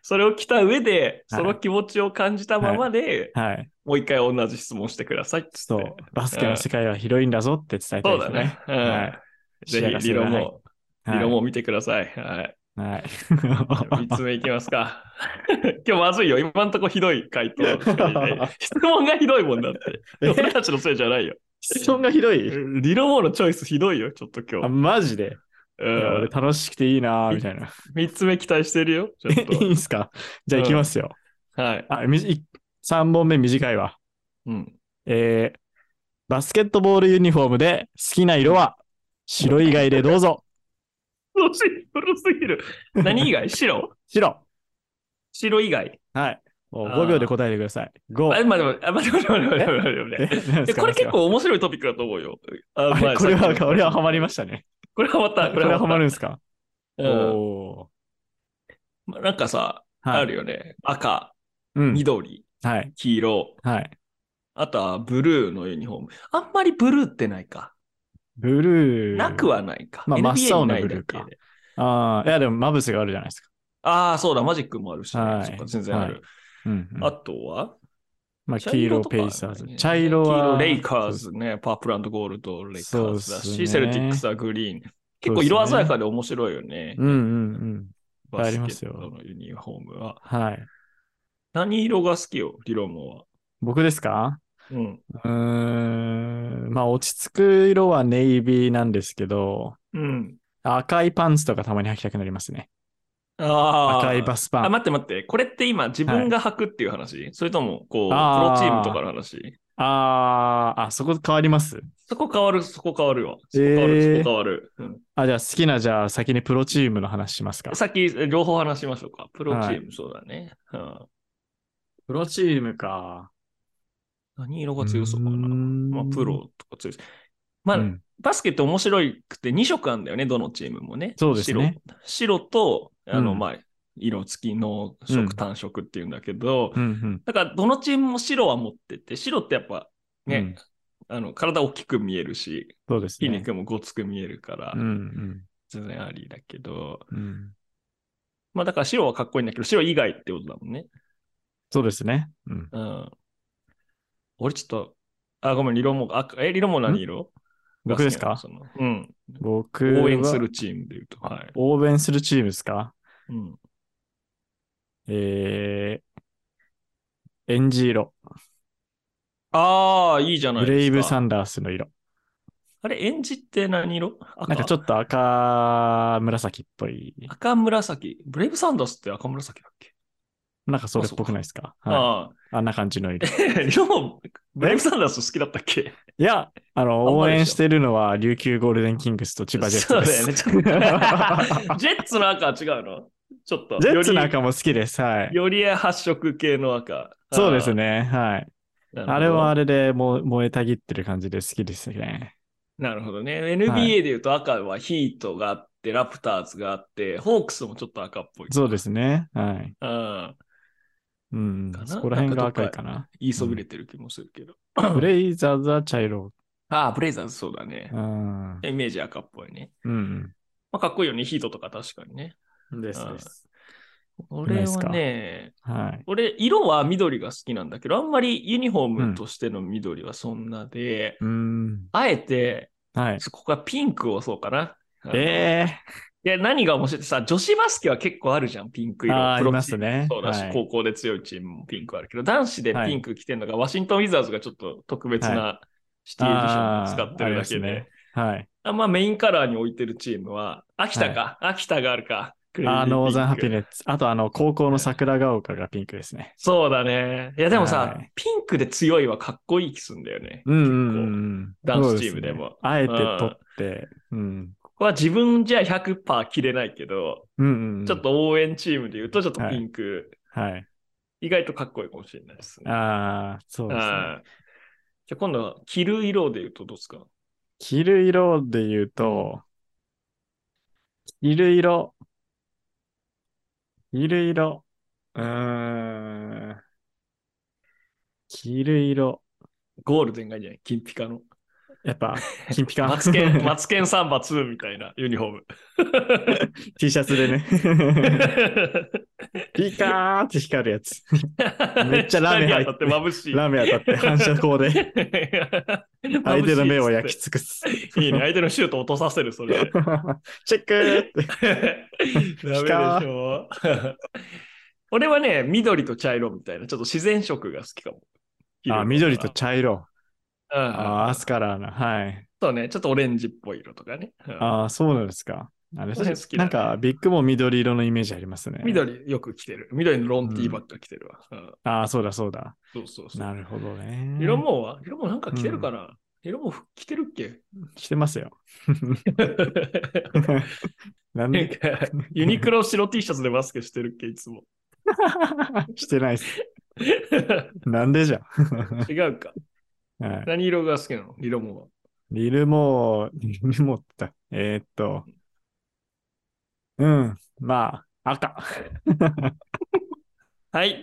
Speaker 2: それを着た上で、
Speaker 1: はい
Speaker 2: その気持ちを感じたままで、
Speaker 1: はい。
Speaker 2: もう一回同じ質問してくださいっつって。
Speaker 1: そう。バスケの世界は広いんだぞって伝えたい
Speaker 2: そ
Speaker 1: うで
Speaker 2: だ
Speaker 1: す
Speaker 2: ね
Speaker 1: ね。。
Speaker 2: うん
Speaker 1: は
Speaker 2: ぜひ、理論も、
Speaker 1: い。
Speaker 2: 理論も見てください。はい。
Speaker 1: はい。はい
Speaker 2: 3つ目いきますか。 <laughs> 今日まずいよ。今んとこひどい回答しかいない。質問がひどいもんだって。でも俺たちのせいじゃないよ。
Speaker 1: <laughs> 質問がひどい。
Speaker 2: 理論ものチョイスひどいよ、ちょっと今
Speaker 1: あ、
Speaker 2: 日。
Speaker 1: マジで。
Speaker 2: う
Speaker 1: いや俺
Speaker 2: ん、
Speaker 1: 楽しくていいなーみたいな。
Speaker 2: 3つ目期待してるよ、ちょっ
Speaker 1: いいんすかじゃあ行きますよ。 <laughs>
Speaker 2: と。はい。
Speaker 1: あ、みじい3本目短いわ。
Speaker 2: うん、
Speaker 1: えー、バスケットボールユニフォームで好きな色は白以外でどうぞ。
Speaker 2: 古すぎる。何以外白
Speaker 1: 白。
Speaker 2: 白以外。
Speaker 1: はい。もう
Speaker 2: あー
Speaker 1: 5秒で答えてください。<laughs>
Speaker 2: あ、
Speaker 1: 5。
Speaker 2: まあでも、あ、まあでも、まあでも、まあでもまあでもまあでも
Speaker 1: え何で
Speaker 2: です
Speaker 1: か
Speaker 2: これ結。構面白いトピックだと思うよ。あ
Speaker 1: 何ですかあれ
Speaker 2: まあ
Speaker 1: これ
Speaker 2: さっ
Speaker 1: は、
Speaker 2: きの
Speaker 1: これはハマりましたね。
Speaker 2: これはまた、
Speaker 1: これはハマるん
Speaker 2: ま
Speaker 1: ですか
Speaker 2: た
Speaker 1: お
Speaker 2: うん
Speaker 1: お
Speaker 2: まあなんかさ、
Speaker 1: ー。はい
Speaker 2: あるよね。赤、
Speaker 1: うん。
Speaker 2: 緑、
Speaker 1: はい。
Speaker 2: 黄色。
Speaker 1: はい。
Speaker 2: あとはブルーのユニフォーム。あんまりブルーってないか。
Speaker 1: ブルー。
Speaker 2: なくはないか。
Speaker 1: まあ
Speaker 2: NBA
Speaker 1: 真っ青な
Speaker 2: にい
Speaker 1: ブルーか
Speaker 2: だけで。
Speaker 1: ああ、いやでもマブスがあるじゃないですか。
Speaker 2: ああ、そうだ、マジックもあるし、ね
Speaker 1: はい
Speaker 2: そっか、全然ある。
Speaker 1: うん、うん。
Speaker 2: あとは、
Speaker 1: まあ、
Speaker 2: 茶
Speaker 1: 黄色
Speaker 2: とか
Speaker 1: ペイサーズ。
Speaker 2: ね
Speaker 1: 茶色は。
Speaker 2: 黄色レイカーズね、パープルゴールドレイカーズだ
Speaker 1: そうっす
Speaker 2: し、
Speaker 1: ね
Speaker 2: セルティックスはグリーン。結構色鮮やかで面白いよね。
Speaker 1: うんうんうん。あ
Speaker 2: バ
Speaker 1: り
Speaker 2: スケ
Speaker 1: ます
Speaker 2: ッ
Speaker 1: よ
Speaker 2: トのユニフォームは。
Speaker 1: はい。
Speaker 2: 何色が好きよ、リロモは。
Speaker 1: 僕ですか
Speaker 2: うん。
Speaker 1: うーん。まあ、落ち着く色はネイビーなんですけど、
Speaker 2: うん。
Speaker 1: 赤いパンツとかたまに履きたくなりますね。
Speaker 2: ああ。
Speaker 1: 赤いバスパ
Speaker 2: あ、
Speaker 1: ン。
Speaker 2: 待って待って。これって今自分が履くっていう話、それとも、こう、プ
Speaker 1: あ
Speaker 2: ロ
Speaker 1: ー
Speaker 2: チームとかの話
Speaker 1: あーあ、そこ変わります
Speaker 2: そこ変わる、そこ変わるわ。そこ変わる、
Speaker 1: えー
Speaker 2: そこ変わる。うん
Speaker 1: あ、じゃあ好きな、じゃあ先にプロチームの話しますか。
Speaker 2: さっき、両方話しましょうか。プロチーム、
Speaker 1: は
Speaker 2: そうだね。うん
Speaker 1: プロチームか。
Speaker 2: 何色が強そうか
Speaker 1: うー
Speaker 2: な。
Speaker 1: ん
Speaker 2: まあ、プロとか強いし。まあ、
Speaker 1: うん
Speaker 2: バスケって面白くて2色あるんだよね、どのチームもね。
Speaker 1: そうですね
Speaker 2: 白白と、あの、
Speaker 1: うん
Speaker 2: まあ、色付きの
Speaker 1: うん
Speaker 2: 色、単色っていうんだけど、
Speaker 1: うんうん。
Speaker 2: だからどのチームも白は持ってて、白ってやっぱね、あの体大きく見えるし、
Speaker 1: うん、そうです
Speaker 2: 筋
Speaker 1: ね。
Speaker 2: 肉もごつく見えるから、
Speaker 1: うん
Speaker 2: 全然ありだけど、
Speaker 1: うんうん。
Speaker 2: まあだから白はかっこいいんだけど、白以外ってことだもんね。
Speaker 1: そうですね。うん。
Speaker 2: うん。俺ちょっと、あ、ごめん、理論も、あ、え、理論も何色
Speaker 1: ん
Speaker 2: が好きなの
Speaker 1: 僕ですか
Speaker 2: そのうん。
Speaker 1: 僕は
Speaker 2: 応援するチームで言うと。はい。
Speaker 1: 応援するチームですか
Speaker 2: うん。
Speaker 1: えー、エンジ色。
Speaker 2: ああ、いいじゃない
Speaker 1: ブ
Speaker 2: ですか。
Speaker 1: レイブ・サ
Speaker 2: ん。
Speaker 1: ンダースの色。
Speaker 2: あれ、演じって何色赤
Speaker 1: なんかちょっと赤紫っぽい。
Speaker 2: 赤紫。ブレイブサンダースって赤紫だっけ、
Speaker 1: なんかそれっぽくないですかはい、あ
Speaker 2: あ
Speaker 1: んな感じの色。い
Speaker 2: あ。色も、ブレイブサンダース好きだったっけ
Speaker 1: や、あの、
Speaker 2: あんま
Speaker 1: 応
Speaker 2: りでしょ
Speaker 1: 援してるのは琉球ゴールデンキングスと千葉ジェッツです。 <laughs>
Speaker 2: そうだよね。ちょっとジェッツの赤は違うのちょっと。
Speaker 1: <laughs> ジェッツの
Speaker 2: よ
Speaker 1: 赤も好きです。はい
Speaker 2: り。。より発色系の赤。
Speaker 1: そうですね。
Speaker 2: ね。
Speaker 1: はい。
Speaker 2: なるほど
Speaker 1: あれはあれでもう燃えたぎってる感じで好きですね。
Speaker 2: なるほどね。
Speaker 1: はい
Speaker 2: NBA で言うと赤はヒートがあって、ラプターズがあって、ホークスもちょっと赤っぽい。
Speaker 1: そうで。すね。はい。
Speaker 2: うん。
Speaker 1: うん
Speaker 2: か。な
Speaker 1: そこら辺が赤いかな。
Speaker 2: 言いそびれてる気もするけど。
Speaker 1: ブレイザーズは茶色。
Speaker 2: ああ、ブレイザーズそうだね
Speaker 1: う。ん。
Speaker 2: イメージ赤っぽいね。
Speaker 1: うん。
Speaker 2: まあ、かっこいいよね。ヒートとか確かにね。
Speaker 1: ですです。
Speaker 2: 俺
Speaker 1: です
Speaker 2: は
Speaker 1: か
Speaker 2: ね、
Speaker 1: はい。
Speaker 2: 俺、色は緑が好きなんだけど、あんまりユニフォームとしての緑はそんなで、
Speaker 1: うん。
Speaker 2: あえて、
Speaker 1: はい。
Speaker 2: そこがピンクをそうかな。
Speaker 1: え
Speaker 2: いや、何が面白いってさ、女子バスケは結構あるじゃん、ピンク色。
Speaker 1: あー
Speaker 2: プロ
Speaker 1: ありますね
Speaker 2: チームそうだし、
Speaker 1: はい
Speaker 2: 高校で強いチームもピンクあるけど、男子でピンク着てるのが、ワシントン・ウィザーズがちょっと特別なシティエディションを使ってるだ
Speaker 1: あ
Speaker 2: け
Speaker 1: ーあります
Speaker 2: で
Speaker 1: ね。えはい。
Speaker 2: あまあ、メインカラーに置いてるチームは、秋田か、秋田があるか。クレイジー
Speaker 1: あノーザンハ
Speaker 2: ピ
Speaker 1: ピ
Speaker 2: ンク
Speaker 1: ネッツ。あと、あの、高校の桜ヶ丘がピンクですね。
Speaker 2: そうだね。いや、でもさ、
Speaker 1: はい
Speaker 2: ピンクで強いはかっこいい気すんだよね。
Speaker 1: うんうん
Speaker 2: 結構
Speaker 1: うん。
Speaker 2: 男子
Speaker 1: そうすね
Speaker 2: チームでも
Speaker 1: あえて取って、うん。
Speaker 2: ここは自分じゃ100%着れないけど、
Speaker 1: うんうんうん。
Speaker 2: ちょっ。と応援チームで言うと、ちょっとピンク、
Speaker 1: はい。
Speaker 2: 意外とかっこいいかもしれないですね。
Speaker 1: ああ、そうですね。
Speaker 2: はいじゃあ今度は着る色で言うとどうですか
Speaker 1: 着る色で言うと、着る色。着る色。うーん。着る色。
Speaker 2: ゴールデンがいいんじゃない金ピカの。
Speaker 1: やっぱ、金ピカ。
Speaker 2: マツケン、マツケンサンバ2みたいなユニフォーム。
Speaker 1: <laughs> T シャツでね。
Speaker 2: <laughs>
Speaker 1: ピカーって光るやつ。 <laughs> めっちゃラメ入って
Speaker 2: 光に当たって眩しい。
Speaker 1: ラメ当たって反射光で相手の目を焼き
Speaker 2: き
Speaker 1: 尽くす。 <laughs>
Speaker 2: いいね。相手のシュート落とさせる、それ。
Speaker 1: チェックって。
Speaker 2: ダメでしょ <laughs> 俺はね、緑と茶色みたいな、ちょっと自然色が好きかも。
Speaker 1: あ、緑と茶色。
Speaker 2: うん
Speaker 1: あ、アスカラーな。はい。
Speaker 2: そうね、ちょっとオレンジっぽい色とかね。うん
Speaker 1: あ、そうなんですか。あれ、
Speaker 2: この辺好きだ
Speaker 1: な
Speaker 2: ね
Speaker 1: んか、ビッグも緑色のイメージありますね。。
Speaker 2: 緑よく着てる。緑のロンティーばっか着てるわ。うん
Speaker 1: ああ、そうだ、そうだ。
Speaker 2: そうそうそう。
Speaker 1: なるほどね。
Speaker 2: 色もは色もなんか着てるかな、色も着てるっ
Speaker 1: <laughs>
Speaker 2: け
Speaker 1: 着てますよ。なん
Speaker 2: なん
Speaker 1: で
Speaker 2: かユニクロ白 T シャツでバスケしてるっけいつも。
Speaker 1: <laughs> してないっす。
Speaker 2: 違
Speaker 1: なんでじゃ
Speaker 2: うか。
Speaker 1: ん。はい。
Speaker 2: 何色が好きなの色もは。
Speaker 1: リルモー、リルモーって言った。えーっと。うん。まあ、赤。
Speaker 2: はい。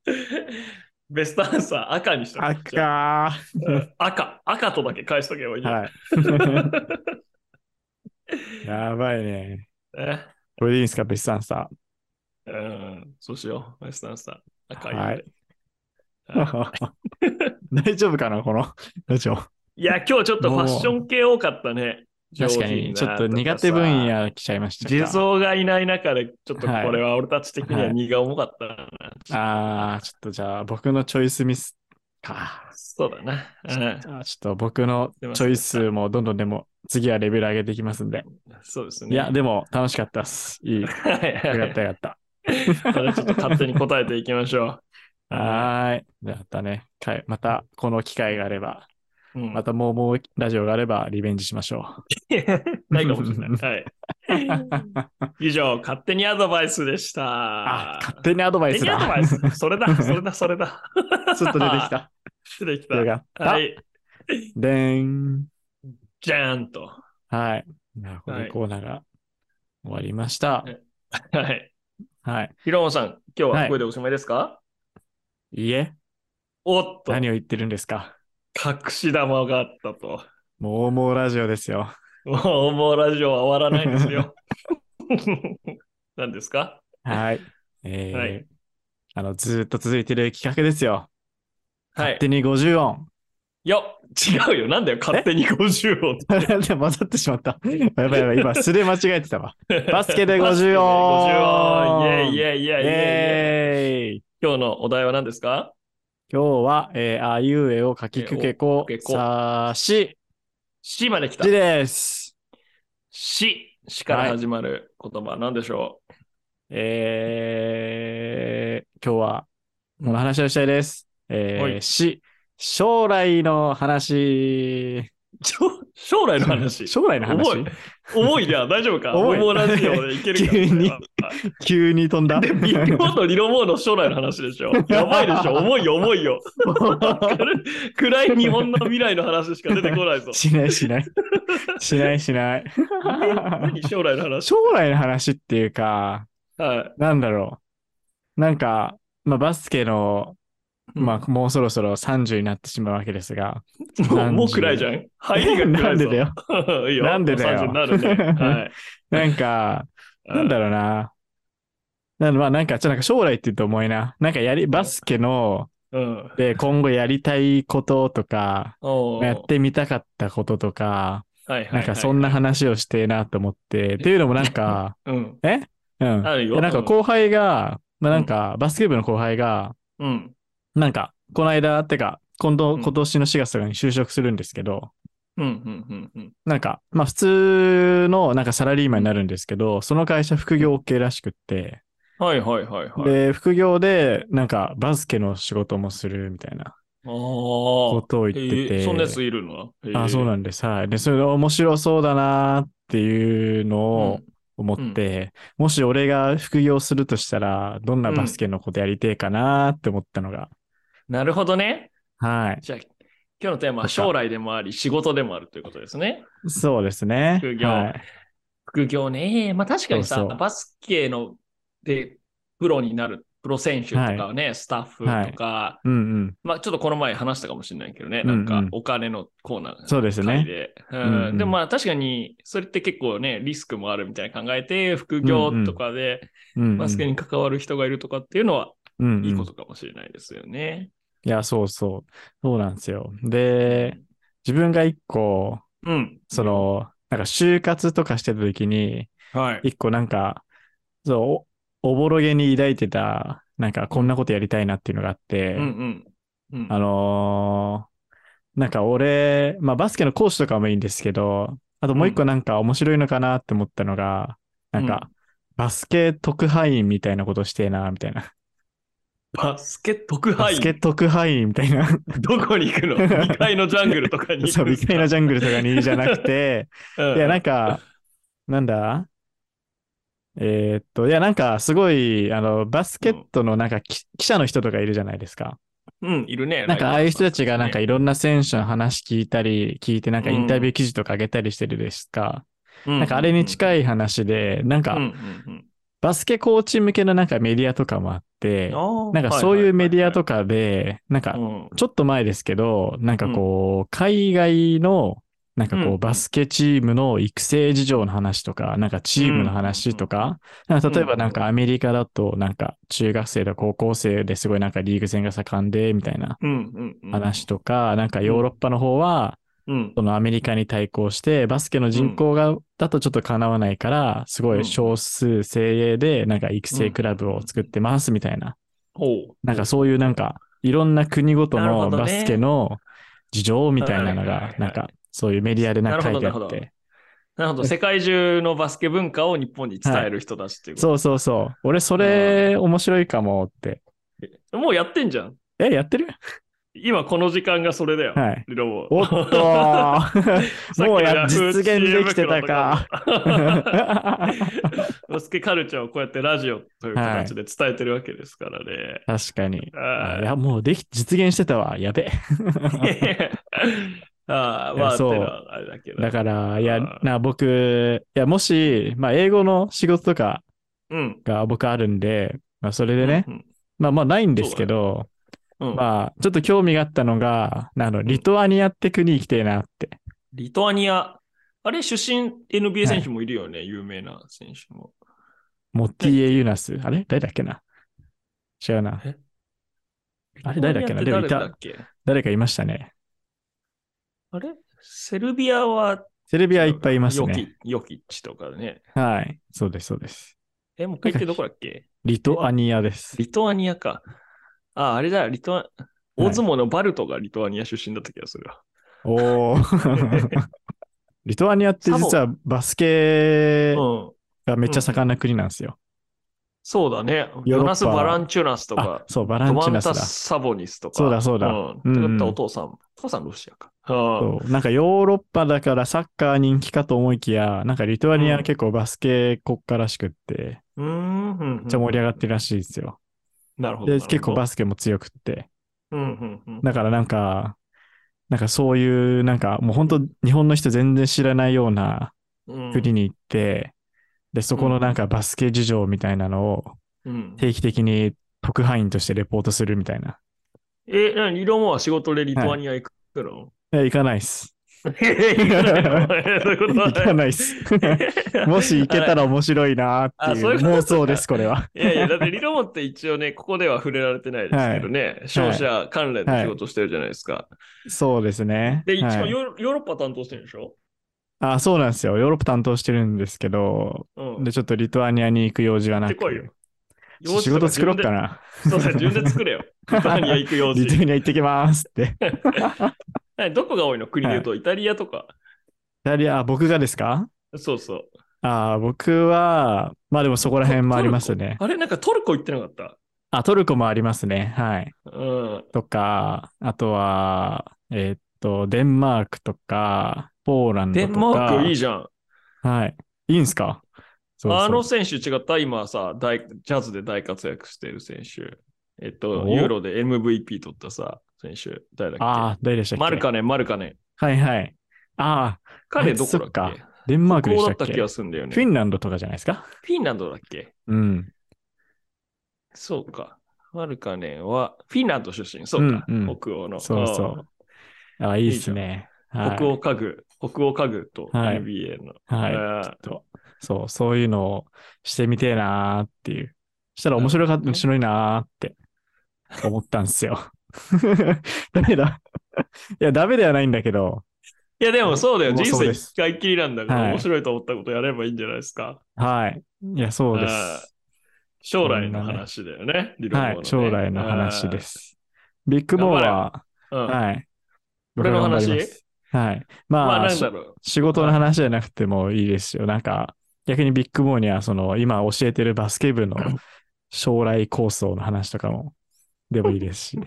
Speaker 2: <laughs> ベストアンサー赤にしと
Speaker 1: あ
Speaker 2: じゃあ
Speaker 1: か
Speaker 2: うん赤。赤とだけ返しとけばいい
Speaker 1: ー。
Speaker 2: よ。
Speaker 1: はい。 <laughs> やばいね。
Speaker 2: <laughs> ね
Speaker 1: これでいいんですか、ベストアンサ
Speaker 2: うん、そうしよう。ベストアンサー。赤いよね、
Speaker 1: はい
Speaker 2: はい
Speaker 1: ー。 <laughs> 大丈夫かな、このラジオ。
Speaker 2: いや、今日ちょっとファッション系多かったね。
Speaker 1: 確か
Speaker 2: 上品
Speaker 1: に、
Speaker 2: な
Speaker 1: ちょっと苦手
Speaker 2: かさ
Speaker 1: 分野来ちゃいましたか。
Speaker 2: 地蔵がいない中で、ちょっとこ
Speaker 1: はい
Speaker 2: れは俺たち的には荷が重かったな。
Speaker 1: ああ、ちょっとじゃあ僕のチョイスミスか。
Speaker 2: そうだな。うん
Speaker 1: じゃあちょっと僕のチョイスもどんどんでも次はレベル上げていきますんで。
Speaker 2: そうですね。
Speaker 1: いや、でも楽しかったっす。いい。よ
Speaker 2: <laughs> はいはい
Speaker 1: か
Speaker 2: は
Speaker 1: っ
Speaker 2: い
Speaker 1: たよかっ
Speaker 2: またちょっと勝手に答えていきましょ
Speaker 1: た。はーい。じゃあまたね、かいまたこの機会があれば、
Speaker 2: う。うん
Speaker 1: またもうもうラジオがあればリベンジしましょ
Speaker 2: <laughs> ないかもしれない。はい。以上、勝手にアドバイスでした。
Speaker 1: う。あ、勝手にアドバイスだ。
Speaker 2: 勝手にアドバイス。それだ、それだ、それだ。
Speaker 1: <laughs> ちょっと出てきた。
Speaker 2: <laughs> 出てき
Speaker 1: よ
Speaker 2: た。
Speaker 1: かった。
Speaker 2: はい。
Speaker 1: でーん。
Speaker 2: じゃーんと。
Speaker 1: はい。じゃあこれでコーナーが終わりました。
Speaker 2: はい。
Speaker 1: はい。
Speaker 2: ひろもさん、今日
Speaker 1: は
Speaker 2: はいこれでおしまいですか、
Speaker 1: いいえ、
Speaker 2: おっと、
Speaker 1: 何を言ってるんですか。
Speaker 2: 隠し玉があったと。
Speaker 1: もうもうラジオですよ。
Speaker 2: <laughs> もう、もうラジオは終わらないんですよ。 <laughs> 何ですか
Speaker 1: はい。 <laughs> えー
Speaker 2: はい
Speaker 1: あの、ずーっと続いてる企画ですよ。
Speaker 2: は
Speaker 1: 勝。
Speaker 2: い
Speaker 1: 手に50音。 <laughs>
Speaker 2: よっ違うよ。なんだよ。勝手に50を。
Speaker 1: で、混ざってしまった。 <laughs> やばいやばい、今、すれ間違えてた <laughs> わ。 <laughs> バスケで50音
Speaker 2: バスケで50音イェイイェイイェイイェイイェイ
Speaker 1: えー、
Speaker 2: 今日のお題は何ですか
Speaker 1: 今日は、えー、あいうえをかきくけこ
Speaker 2: えーおかきく、けこ
Speaker 1: さし、
Speaker 2: 死まで来た
Speaker 1: ち。です。
Speaker 2: 死。死から始まる言葉は何でしょ
Speaker 1: えー、今日は、この話をしたいです。え
Speaker 2: は
Speaker 1: ー、
Speaker 2: い
Speaker 1: し、将来の話。
Speaker 2: う、ちょ将来の話。
Speaker 1: 将来の話
Speaker 2: 重い。重いじゃん。大丈夫か
Speaker 1: 重い
Speaker 2: 重いラジオでいけるか
Speaker 1: <laughs> 急
Speaker 2: <laughs>
Speaker 1: に
Speaker 2: はい
Speaker 1: 急に飛んだ。
Speaker 2: で、ビッグモーとリロモーの将来の話でしょ。やばいでしょ。重いよ、重いよ。暗い日本の未来の話しか出てこ
Speaker 1: <laughs>
Speaker 2: ないぞ。
Speaker 1: <laughs> しないしない。しないしない。
Speaker 2: 何将来の話
Speaker 1: 将来の話っていうか、
Speaker 2: は
Speaker 1: なんだろう。なんか、まあ、バスケの、
Speaker 2: うん
Speaker 1: まあ、もうそろそろ30になってしまうわけですが、
Speaker 2: い。もう
Speaker 1: 30
Speaker 2: もう暗いじゃん。入りが暗
Speaker 1: なん
Speaker 2: いぞ。
Speaker 1: でだよ。
Speaker 2: <laughs> よ。いいよ。
Speaker 1: なんでだよ
Speaker 2: 30になるね。はい。
Speaker 1: なん
Speaker 2: <laughs>
Speaker 1: か、なんだろうな。なんまあ、なんか、ちょっとなんか将来って言うと重いな。なんかやり、バスケの、
Speaker 2: うん。
Speaker 1: で、今後やりたいこととか、
Speaker 2: おー
Speaker 1: やってみたかったこととか、
Speaker 2: はいはい
Speaker 1: なんかそんな話をしてえなと思って、っていうのもなん
Speaker 2: <laughs>
Speaker 1: か、
Speaker 2: はい。うん。
Speaker 1: うん。
Speaker 2: あるよ。
Speaker 1: でなんか後輩が、まあなんか、バスケ部の後輩が、
Speaker 2: うん。うん。
Speaker 1: なんか、この間、てか、今度、
Speaker 2: うん
Speaker 1: 今年の4月とかに就職するんですけど、
Speaker 2: うん。うん。うん。
Speaker 1: なんか、まあ普通のなんかサラリーマンになるんですけど、その会社副業 OK らしくって、
Speaker 2: はいはいはいはい。
Speaker 1: で、副業でなんかバスケの仕事もするみたいな
Speaker 2: ああ。
Speaker 1: ことを言って
Speaker 2: へ
Speaker 1: て、
Speaker 2: えそんなやついるの
Speaker 1: あ、そうなんです。はい。で、それ面白そうだなーっていうのを
Speaker 2: うん
Speaker 1: 思って、もし俺が副業するとしたら、どんなバスケのことやりてえかなーって思ったのが、
Speaker 2: なるほどね。
Speaker 1: はい。
Speaker 2: じゃあ、今日のテーマは将来でもあり、仕事でもあるということですね。
Speaker 1: そうですね。
Speaker 2: 副業
Speaker 1: はい
Speaker 2: 副業ね。まあ確かにさ、
Speaker 1: そうそう
Speaker 2: バスケのでプロになる、プロ選手とかね、スタッフとか、
Speaker 1: うんうん。
Speaker 2: まあちょっとこの前話したかもしれないけどね、なん
Speaker 1: う
Speaker 2: か
Speaker 1: んうん
Speaker 2: お金のコーナー
Speaker 1: そうですね
Speaker 2: 回。で。
Speaker 1: んうん
Speaker 2: うんでもまあ確かに、それって結構ね、リスクもあるみたいな考えて、副業とかで
Speaker 1: うんうん
Speaker 2: バスケに関わる人がいるとかっていうのは
Speaker 1: うんうん
Speaker 2: いいことかもしれないですよね。
Speaker 1: いや、そうそう。そうなんですよ。で、自分が一個、
Speaker 2: うん。
Speaker 1: その、なんか就活とかしてた時に、
Speaker 2: はい。
Speaker 1: 一個なんか、そう、おおぼろげに抱いてた、なんかこんなことやりたいなっていうのがあって、
Speaker 2: うんうん。うん
Speaker 1: あのーなんか俺、まあバスケの講師とかもいいんですけど、あともう一個なんか面白いのかなって思ったのが、なんか、バスケ特派員みたいなことしてえな、みた <laughs> いな。
Speaker 2: バスケ特
Speaker 1: バ
Speaker 2: 派
Speaker 1: ス
Speaker 2: 員
Speaker 1: ケ特派員みた <laughs> いな。
Speaker 2: どこに行
Speaker 1: <laughs>
Speaker 2: くの ?2 階のジャングルとかに行く
Speaker 1: そう、ビッグなジャングルとかにじゃなく <laughs> て、
Speaker 2: ャ
Speaker 1: いや、なん
Speaker 2: か、
Speaker 1: か、なんだえーっと、いや、なんか、すごい、あの、バスケットの、なんか、き記者の人とかいるじゃないですか。
Speaker 2: うん、いるね。
Speaker 1: なんか、ああいう人たちが、なんか、
Speaker 2: い
Speaker 1: いろんな選手の話聞いたり、聞いて、なんか、インタビュー記事とか上げたりしてるですか。
Speaker 2: る、
Speaker 1: なんか、あれに
Speaker 2: い
Speaker 1: 近い話で、なん
Speaker 2: うんう
Speaker 1: か、
Speaker 2: んうん
Speaker 1: バスケコーチ向けの、なんか、メディアとかもあっって、な
Speaker 2: なん
Speaker 1: かそういうメディア
Speaker 2: か、
Speaker 1: とかで、なんか
Speaker 2: うん
Speaker 1: ちょっと前ですけど、なんかこう、海外の、なんかこ
Speaker 2: う
Speaker 1: う、
Speaker 2: ん
Speaker 1: バスケチームの育成事情の話とか、なんかチームの話とか、なんか例えばなんかアメリカだと、なんか中学生と高校生ですごいなんかリーグ戦が盛んで、みたいな
Speaker 2: うんうんうん、
Speaker 1: 話とか、なんかヨーロッパの方は、
Speaker 2: うん
Speaker 1: そのアメリカに対抗して、バスケの人口が、だとちょっとかなわないから、すごい少数精鋭で、なんか育成クラブを作ってます、みたいな。
Speaker 2: ほう
Speaker 1: なんかそういうなんか、いろんな国ごと
Speaker 2: なる
Speaker 1: の
Speaker 2: ほどね
Speaker 1: バスケの事情みたいなの
Speaker 2: はいはい
Speaker 1: が
Speaker 2: は、い
Speaker 1: なんかそういうメディアでなんか書いてあ
Speaker 2: なる
Speaker 1: っ
Speaker 2: ほどなる
Speaker 1: て。
Speaker 2: なるほど、世界中のバスケ文化を日本に伝える人たちっていうこ
Speaker 1: そうそうそう。俺それ面白いかもって。
Speaker 2: と。もうやってんじゃん。
Speaker 1: え、やってる
Speaker 2: 今この時間がそれだよ。
Speaker 1: はい。
Speaker 2: リロボ
Speaker 1: おっとー
Speaker 2: さっき
Speaker 1: も
Speaker 2: の
Speaker 1: うや
Speaker 2: ヤ
Speaker 1: 実
Speaker 2: フー
Speaker 1: 現できてたか。
Speaker 2: 知恵袋とか <laughs> バスケカルチャーをこうやってラジオという形で伝えてるわけですからね。
Speaker 1: 確かに。
Speaker 2: あ
Speaker 1: い
Speaker 2: ー
Speaker 1: や、もうでき、実現してたわ。やべ。
Speaker 2: <laughs> あー、
Speaker 1: い
Speaker 2: ま
Speaker 1: や
Speaker 2: あ、
Speaker 1: そう
Speaker 2: てなあれだけど。
Speaker 1: だから、い
Speaker 2: あ
Speaker 1: や
Speaker 2: ー、
Speaker 1: な、僕、いや、もし、まあ、英語の仕事とか
Speaker 2: うん。
Speaker 1: が僕あるんで、まあ、それでね、
Speaker 2: うん。
Speaker 1: まあまあ、ないんですけど、
Speaker 2: うん
Speaker 1: まあ、ちょっと興味があったのが、あの、リトアニアって国行きてえなって。
Speaker 2: リトアニア。あれ、出身 NBA 選手もいるよね、有名な選手も。
Speaker 1: モッティエ・ユナス。あれ誰だっけな違うな
Speaker 2: え。
Speaker 1: あれ誰だっけな
Speaker 2: リ
Speaker 1: で
Speaker 2: トア
Speaker 1: も
Speaker 2: ニア
Speaker 1: い
Speaker 2: って誰だ
Speaker 1: た
Speaker 2: っ、け
Speaker 1: 誰かいましたね。
Speaker 2: あれセルビアは、
Speaker 1: セルビアいっぱいいます
Speaker 2: ヨ
Speaker 1: ね。
Speaker 2: キヨキッチとかね。
Speaker 1: はい。そうです、そうです。
Speaker 2: え、もう一回言ってどこだっけ
Speaker 1: リトアニアです。
Speaker 2: リトアニアか。あ、あれだ、リトア、
Speaker 1: い
Speaker 2: 大相撲のバルトがリトアニア出身だった気がするわ。
Speaker 1: おー。 <laughs> リトアニアって実はバスケ
Speaker 2: うん。
Speaker 1: がめっちゃ盛んな国なんですよ。
Speaker 2: そうだね。
Speaker 1: ヨーロッパ
Speaker 2: ヨナス・バランチュナスと
Speaker 1: あ
Speaker 2: か、、
Speaker 1: そう、バラ
Speaker 2: ド
Speaker 1: ン
Speaker 2: マ
Speaker 1: チュ
Speaker 2: ン
Speaker 1: ナスだ
Speaker 2: タ・。サボニスとか。
Speaker 1: そうだそうだ
Speaker 2: うん。
Speaker 1: うん
Speaker 2: ってことはお父さん、お父さんロシアか。うん
Speaker 1: そうなんかヨーロッパだからサッカー人気かと思いきや、なんかリトアニア
Speaker 2: うん
Speaker 1: 結構バスケ国家らしくって、
Speaker 2: うーん。うんうん
Speaker 1: めっちゃ盛り上がってるらしいですよ。
Speaker 2: なるほど。
Speaker 1: で、結構バ
Speaker 2: ス。
Speaker 1: スケも強くって。
Speaker 2: うんうんうん。
Speaker 1: だからなんか、なんかそういう、なんかもう本当日本の人全然知らないような
Speaker 2: うん
Speaker 1: 国に行って、で、そこのなんかバスケ事情みたいなのを
Speaker 2: うん
Speaker 1: 定期的に特派員としてレポートするみたいな。
Speaker 2: え、なに、リロモは仕事でリトアニア行くの、
Speaker 1: いや行かないっす。
Speaker 2: <laughs> え行かないのえそういうこ
Speaker 1: <laughs>
Speaker 2: と
Speaker 1: 行かないっ
Speaker 2: <laughs>
Speaker 1: す。もし行けたら面白いなー
Speaker 2: あ
Speaker 1: ってい
Speaker 2: そう
Speaker 1: う
Speaker 2: いうこと
Speaker 1: 妄想です、これ
Speaker 2: <laughs>
Speaker 1: は。
Speaker 2: いやいや、だってリロモって一応ね、ここでは触れられてないですけどね、商社関連の仕事してるじゃないですか。
Speaker 1: そうですね。
Speaker 2: で、一
Speaker 1: は
Speaker 2: 応
Speaker 1: い
Speaker 2: ヨーロ、ヨーロッパ担当してるんでしょ
Speaker 1: あ、そうなんですよ。ヨーロッパ担当してるんですけど、
Speaker 2: うん。
Speaker 1: で、ちょっとリトアニアに行く用事はな
Speaker 2: 行
Speaker 1: く
Speaker 2: ってこいよ。
Speaker 1: 仕事作ろっか
Speaker 2: な。
Speaker 1: な。
Speaker 2: そうだ、自分で
Speaker 1: <laughs>
Speaker 2: 作れよ。リトアニア行く用
Speaker 1: リトア
Speaker 2: 事。
Speaker 1: ニア行ってきますって。イ
Speaker 2: 何どこが多いの国で言うと、イタリアとか。
Speaker 1: タリア、あ僕がですか
Speaker 2: そうそう。
Speaker 1: あ僕は、まあでもそこら辺もありますね。
Speaker 2: あれ、なんかトルコ行ってなかった
Speaker 1: あ、トルコもありますね。はい。
Speaker 2: うん。
Speaker 1: とか、あとは、えーっと、デンマークとか、ポーランド
Speaker 2: デ
Speaker 1: とか。
Speaker 2: ンマークいいじゃん。
Speaker 1: はい。いいんすかそうそう
Speaker 2: あの選手違った、今さ大、ジャズで大活躍してる選手。えっと、
Speaker 1: お
Speaker 2: ユーロで MVP 取ったさ、選手。誰だっ
Speaker 1: ああ、誰でしたっけ
Speaker 2: けマルカネン、マルカネン。
Speaker 1: はいはい。ああ、
Speaker 2: 彼どこだっ
Speaker 1: あいつ
Speaker 2: け
Speaker 1: デンマークで
Speaker 2: こう
Speaker 1: し
Speaker 2: だ
Speaker 1: たっ
Speaker 2: った
Speaker 1: け
Speaker 2: 気がするんだよね。
Speaker 1: フィンランドとかじゃないですか
Speaker 2: フィンランドだっけ
Speaker 1: うん。
Speaker 2: そうか。マルカネンはフィンランド出身。そうか。
Speaker 1: うんうん
Speaker 2: 北欧の。
Speaker 1: そうそうあ、いいですね。
Speaker 2: うん
Speaker 1: はい
Speaker 2: 北欧家具、北欧家具と
Speaker 1: はい
Speaker 2: NBA の。
Speaker 1: はい。
Speaker 2: あー
Speaker 1: とそう、そういうのをしてみてえなーっていう。したら面白かった、
Speaker 2: なるほどね
Speaker 1: 面白いなーって思ったんですよ。 <laughs> ダメだ。いや、ダメではないんだけど、
Speaker 2: いや、でもそうだよ。
Speaker 1: もう
Speaker 2: 人
Speaker 1: そう
Speaker 2: 生
Speaker 1: です
Speaker 2: 一回きりなんだから、
Speaker 1: はい
Speaker 2: 面白いと思ったことやればいいんじゃないですか。
Speaker 1: はい。いや、そうで
Speaker 2: あ
Speaker 1: す。
Speaker 2: 将来の話だよね。理論。
Speaker 1: はい、将来の話ですす。ビッグモーは、
Speaker 2: うん
Speaker 1: はい。
Speaker 2: これの
Speaker 1: 僕が頑張り
Speaker 2: 話
Speaker 1: ますはい。まあ、
Speaker 2: まあ、なん
Speaker 1: し
Speaker 2: だろ
Speaker 1: 仕事の話じゃなくてもいいですよ。なんか、逆にビッグモーには、その、今教えてるバスケ部の将来構想の話とかも、でもいいですし。
Speaker 2: <laughs> う。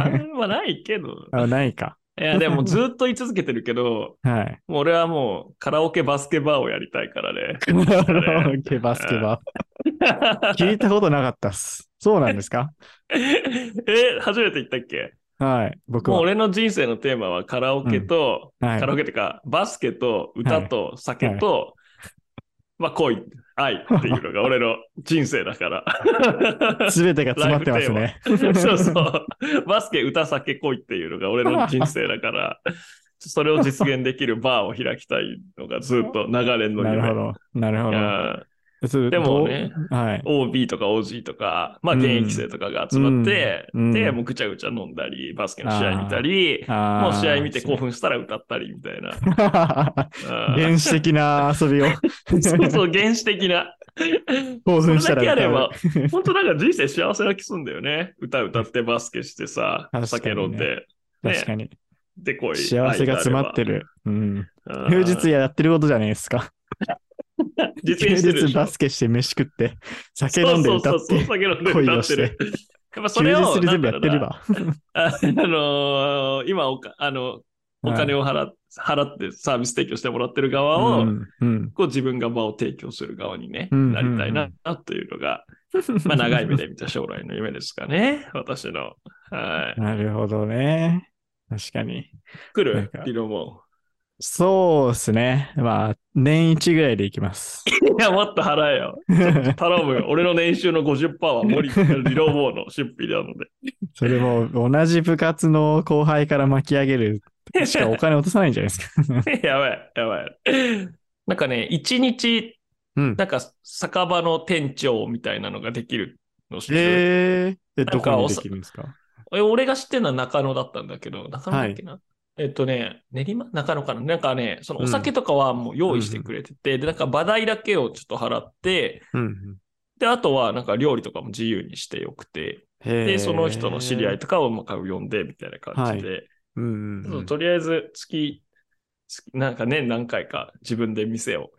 Speaker 2: あんまないけど。
Speaker 1: あないか。
Speaker 2: いや、でもずっと言い続けてるけど、
Speaker 1: はい。
Speaker 2: もう俺はもうカラオケバスケバーをやりたいか
Speaker 1: <laughs>
Speaker 2: らね。
Speaker 1: カラオ <laughs> ケバスケは。聞いたことなかったっす。そうなんですか
Speaker 2: え、初めて言ったっけ
Speaker 1: はい。僕
Speaker 2: もう
Speaker 1: は。
Speaker 2: 俺の人生のテーマはカラオケと、
Speaker 1: はい
Speaker 2: カラオケってか、バスケと歌と酒と、まあ、恋、愛っていうのが俺の人生だから。
Speaker 1: すべてが詰まってますね。
Speaker 2: そうそう。バスケ、歌、酒、恋っていうのが俺の人生だから、それを実現できるバーを開きたいのがずっと流れの
Speaker 1: <laughs> な
Speaker 2: 夢。
Speaker 1: るほど。なるほ
Speaker 2: い
Speaker 1: ど
Speaker 2: やー
Speaker 1: それ。
Speaker 2: でもね
Speaker 1: どう、はい。
Speaker 2: OB とか OG とか、まあ
Speaker 1: うん
Speaker 2: 現役生とかが集まって、
Speaker 1: うん
Speaker 2: で、
Speaker 1: うん
Speaker 2: もうぐちゃぐちゃ飲んだり、バスケの試合見たり、
Speaker 1: あ
Speaker 2: もう
Speaker 1: ー
Speaker 2: 試合見て興奮したら歌ったりみたい
Speaker 1: <laughs>
Speaker 2: な。 <laughs> あー
Speaker 1: 原始的な遊びを
Speaker 2: そうそう、原始的
Speaker 1: <laughs>
Speaker 2: な。
Speaker 1: 興奮し
Speaker 2: そ
Speaker 1: た
Speaker 2: れだ
Speaker 1: ら
Speaker 2: けあれば
Speaker 1: 歌う、
Speaker 2: 本当なんか人生幸せな気すんだよね。歌歌ってバスケしてさ、
Speaker 1: <laughs> 確かにね
Speaker 2: 酒飲んで、ね
Speaker 1: 確かに。
Speaker 2: でこい。
Speaker 1: 幸せが詰まってる。うん。
Speaker 2: あー。
Speaker 1: 休日やってることじゃないです
Speaker 2: <laughs>
Speaker 1: か。
Speaker 2: 実
Speaker 1: 休
Speaker 2: 現してるで
Speaker 1: 日
Speaker 2: しょ。
Speaker 1: バスケして飯食って、酒飲んで歌
Speaker 2: そ
Speaker 1: っ
Speaker 2: うそうそう
Speaker 1: て、
Speaker 2: 酒飲んで歌ってる。やっぱそれ
Speaker 1: 休
Speaker 2: を、
Speaker 1: 日で全部やってれ
Speaker 2: なんだろうな
Speaker 1: ば。
Speaker 2: あ <laughs> あのー今おか、あの、お金
Speaker 1: を
Speaker 2: を払っ払ってサービス提供してもらってる側を、
Speaker 1: うんうん
Speaker 2: こう自分が場を提供する側にね、
Speaker 1: うん
Speaker 2: なりたいな
Speaker 1: うん、
Speaker 2: というのが、まあ長い目で見た将来の夢ですかね、 <laughs> 私の。はい。
Speaker 1: なるほどね。確かに。
Speaker 2: 来
Speaker 1: なん
Speaker 2: る
Speaker 1: か
Speaker 2: リノも。
Speaker 1: そうですね。まあ、年一ぐらいでいき
Speaker 2: <laughs>
Speaker 1: ます。
Speaker 2: いや、もっと払えよ。頼むよ。俺の年収の50%は森リノボーの出費なので。
Speaker 1: それも同じ部活の後輩から巻き上げるしかお金落とさないんじゃないですか。
Speaker 2: <laughs> やばい、やばい。なんかね、一日、
Speaker 1: うん。
Speaker 2: なんか酒場の店長みたいなのができるの知ってる
Speaker 1: えー、え、
Speaker 2: か
Speaker 1: どこにできるんですか
Speaker 2: え俺が知ってるのは中野だったんだけど、中野だっけな、えっとね、練馬中野かななんかね、そのお酒とかはもう用意してくれてて、で、なんか場代だけをちょっと払って、
Speaker 1: うん。
Speaker 2: で、あとはなんか料理とかも自由にしてよくて、
Speaker 1: で
Speaker 2: で、その人の知り合いとかをまあ呼んで、みたいな感じで、
Speaker 1: うん
Speaker 2: そうとりあえず月、月なんか年何回か自分で店を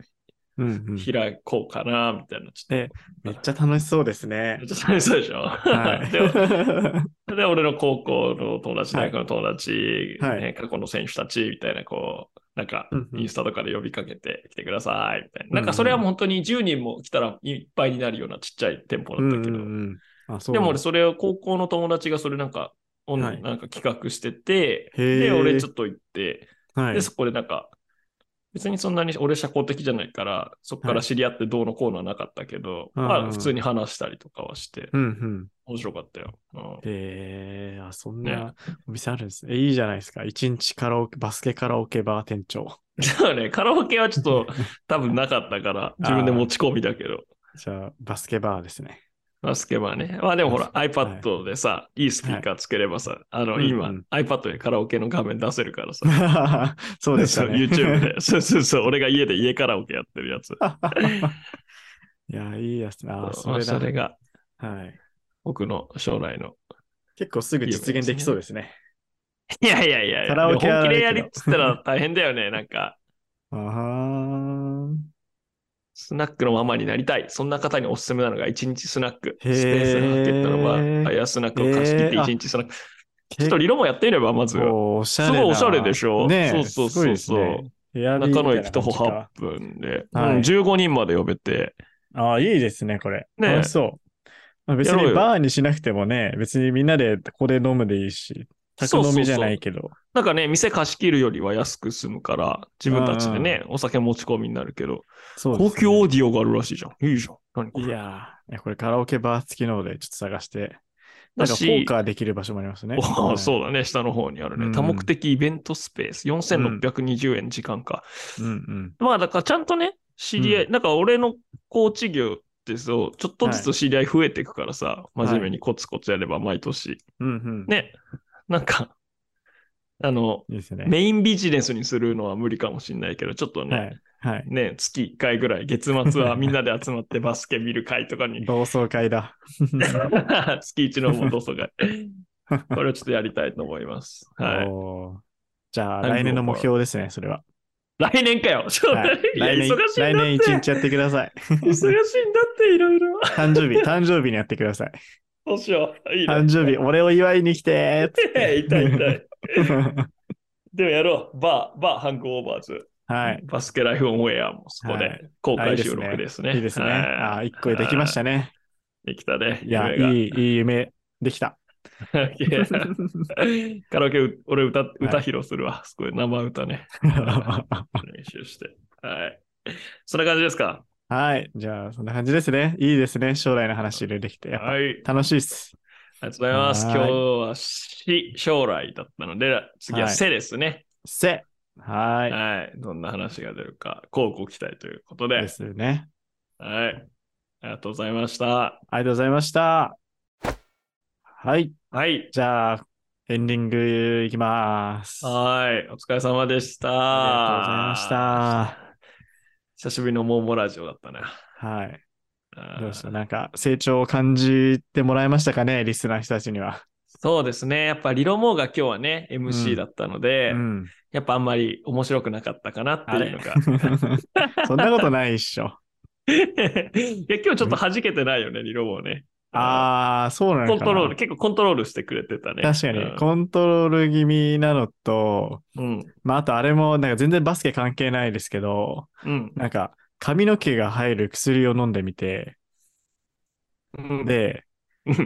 Speaker 1: うんうん。
Speaker 2: 開こうかな、みたいな、ちょっ
Speaker 1: えめっちゃ楽しそうですね
Speaker 2: と。。ちょっと寂しそうでし
Speaker 1: <laughs>
Speaker 2: ょ、
Speaker 1: は
Speaker 2: <laughs> でも
Speaker 1: い。
Speaker 2: で、俺の高校の友達、大学の友達、
Speaker 1: はい
Speaker 2: ね、過去の選手たちみたいな、こう、なんか
Speaker 1: うん、うん
Speaker 2: インスタとかで呼びかけて来てくださいみたいな。
Speaker 1: うん
Speaker 2: なんか、それはもう本当に10人も来たらいっぱいになるようなちっちゃい店舗だったけど、
Speaker 1: ん。あ、そう
Speaker 2: で
Speaker 1: なん
Speaker 2: も
Speaker 1: だ
Speaker 2: 俺、それを高校の友達がそれなんか、オン
Speaker 1: はい
Speaker 2: なんか企画してて、
Speaker 1: へー
Speaker 2: で、俺ちょっと行って、
Speaker 1: はい
Speaker 2: で、そこでなんか、別にそんなに俺社交的じゃないから、そこから知り合ってどうのこうのはなかったけど、
Speaker 1: うん
Speaker 2: まあ、普通に話したりとかはして、
Speaker 1: うんうん。
Speaker 2: 面白かったよ。うん
Speaker 1: へえあ、そん
Speaker 2: ね
Speaker 1: なお店あるんですね。えいいじゃないですか。一日カラオケ、バスケカラオケバー店長。
Speaker 2: そうね、カラオケはちょっと多分なかったから、自分で持ち込みだけど、
Speaker 1: <laughs> じゃあ、バスケバーです
Speaker 2: <laughs>
Speaker 1: ね。
Speaker 2: バスケはね。まあでもほら、
Speaker 1: はい
Speaker 2: iPad でさ、いいスピーカーつければさ、あ
Speaker 1: う
Speaker 2: の、
Speaker 1: んうん
Speaker 2: 今、iPad でカラオケの画面出せるからさ。
Speaker 1: そうでした
Speaker 2: そう
Speaker 1: ね。
Speaker 2: YouTube で。そうそうそう、俺が家で家カラオケやってるやつ。
Speaker 1: <laughs> いや、いいやつな。あ
Speaker 2: そうま
Speaker 1: そ
Speaker 2: あ
Speaker 1: れ
Speaker 2: そ
Speaker 1: だ
Speaker 2: れが
Speaker 1: はい。
Speaker 2: 僕の将来の。
Speaker 1: 結構すぐ実現できそうですね。
Speaker 2: いやいやいや、
Speaker 1: カラオケは
Speaker 2: 本
Speaker 1: ある
Speaker 2: 気
Speaker 1: けど
Speaker 2: でやりっつったら大変だよね。なんか、
Speaker 1: あは
Speaker 2: スナックのママになりたい。そんな方におすすめなのが、一日スナック。ス
Speaker 1: へー
Speaker 2: ペースハケットのバー、アイアスナックを貸し切って
Speaker 1: へーあ
Speaker 2: 一日スナック。ちょっ
Speaker 1: 結
Speaker 2: と理論もやってみれば、まず。
Speaker 1: 構おしゃれ
Speaker 2: す
Speaker 1: な。
Speaker 2: ごいおしゃれでしょ
Speaker 1: ねえ
Speaker 2: そうそうそうそう
Speaker 1: すごいですねエアビーみた
Speaker 2: 中
Speaker 1: いな
Speaker 2: 野
Speaker 1: 感じ
Speaker 2: 駅徒歩8分で、
Speaker 1: はい
Speaker 2: うん15人まで呼べて、
Speaker 1: ああ、いいですね、これ。
Speaker 2: ねえ
Speaker 1: 楽しそう。まあ別
Speaker 2: やろう
Speaker 1: に
Speaker 2: よ
Speaker 1: バーにしなくてもね、別にみんなでここで飲むでいいし、宅
Speaker 2: そうそうそう
Speaker 1: 飲みじゃないけど。
Speaker 2: なんかね、店貸し切るよりは安く済むから、自分たちでね、お酒持ち込みになるけど、
Speaker 1: そう
Speaker 2: 高級
Speaker 1: ね
Speaker 2: オーディオがあるらしいじゃん。いいじゃん。何これ
Speaker 1: いやーいやこれカラオケバー付きのでちょっと探して、な
Speaker 2: だ
Speaker 1: んかポ
Speaker 2: し
Speaker 1: ーカーできる場所もありますね。
Speaker 2: お
Speaker 1: は
Speaker 2: ー
Speaker 1: い
Speaker 2: そうだね、下の方にある
Speaker 1: う
Speaker 2: ね。
Speaker 1: ん
Speaker 2: 多目的イベントスペース、4620円時間か。
Speaker 1: うんうん。
Speaker 2: まあ、だからちゃんとね、知り合い、
Speaker 1: う
Speaker 2: なんか俺のコーチ業ってそう、ちょっとずつ知り合い増えていくからさ、
Speaker 1: い
Speaker 2: 真面目にコツコツやれば毎年。
Speaker 1: うんうん。
Speaker 2: ね、なんか、あの、
Speaker 1: いいですね。
Speaker 2: メインビジネスにするのは無理かもしれないけど、ちょっとね、
Speaker 1: はい。はい。
Speaker 2: ね、月1回ぐらい、月末はみんなで集ま
Speaker 1: <laughs>
Speaker 2: ってバスケ見る会とかに、
Speaker 1: 同窓会だ。
Speaker 2: 月1の元祖が、
Speaker 1: <laughs>
Speaker 2: これをちょっとやりたいと思います。はい。
Speaker 1: おーじゃあ、
Speaker 2: はい
Speaker 1: 来年の目標ですね、それは。
Speaker 2: 来年かよ、ちょっと
Speaker 1: はい
Speaker 2: いや
Speaker 1: 来年、
Speaker 2: 忙しい
Speaker 1: 来年
Speaker 2: ん
Speaker 1: 一
Speaker 2: だって
Speaker 1: 日やってください。
Speaker 2: 忙しいんだって、いろいろ。
Speaker 1: 誕生日、誕生日にやってくださ
Speaker 2: <laughs>
Speaker 1: い。
Speaker 2: どうしよう。いいね
Speaker 1: 誕生日、俺を祝いに来てーっ
Speaker 2: <laughs>
Speaker 1: つって
Speaker 2: 痛い痛い。でもやろう。バー、バー、ハングオーバーズ。
Speaker 1: はい。
Speaker 2: バスケライフオンエアもそこ
Speaker 1: は
Speaker 2: で公開収録ですね。
Speaker 1: いいですね。
Speaker 2: はい
Speaker 1: ああ、一個できまし。たね。
Speaker 2: できたね。
Speaker 1: いや、
Speaker 2: 夢が
Speaker 1: いい、いい夢でき
Speaker 2: <laughs>
Speaker 1: た。
Speaker 2: カラオケう、俺歌、歌披露するわ。すごい、生歌ね。
Speaker 1: は
Speaker 2: 練習して。はい。そんな感じですか
Speaker 1: はい。じゃあ、そんな感じですね。いいですね。将来の話できて。やっぱ
Speaker 2: はい。
Speaker 1: 楽しいっす。
Speaker 2: ありがとうございます。
Speaker 1: は
Speaker 2: 今
Speaker 1: い
Speaker 2: 日はし将来だったので、次は
Speaker 1: はい
Speaker 2: せですね。
Speaker 1: せ。は。
Speaker 2: はいい、どんな話が出るか、こうご期待ということで。
Speaker 1: ですね。
Speaker 2: はい。ありがとうございました。
Speaker 1: ありがとうございました。はい。
Speaker 2: はい。
Speaker 1: じゃあ、エンディングいきます。
Speaker 2: はい。お疲れ様でした。
Speaker 1: ありがとうございま
Speaker 2: した。久しぶりのモーモラジオだったな。
Speaker 1: はい。
Speaker 2: あー
Speaker 1: どうしたなんか、成長を感じてもらえましたかねリスナーの人たちには。
Speaker 2: そうですね。やっぱリロモーが今日はね、MC だったの
Speaker 1: う
Speaker 2: で、 <laughs>
Speaker 1: ん。
Speaker 2: やっぱあんまり面白くなかったかなっていうのが。
Speaker 1: そんなことないっしょ。
Speaker 2: <laughs> いや今日ちょっと弾けてないよね、リロモーね。
Speaker 1: ああ、そうなのかな
Speaker 2: コントロール、結構コントロールしてくれてたね。
Speaker 1: 確かに、コントロール気味なのと、
Speaker 2: うん。
Speaker 1: まあ、あとあれも、なんか全然バスケ関係ないですけど、
Speaker 2: うん。
Speaker 1: なんか、髪の毛が入る薬を飲んでみて、
Speaker 2: うん、
Speaker 1: で、
Speaker 2: うん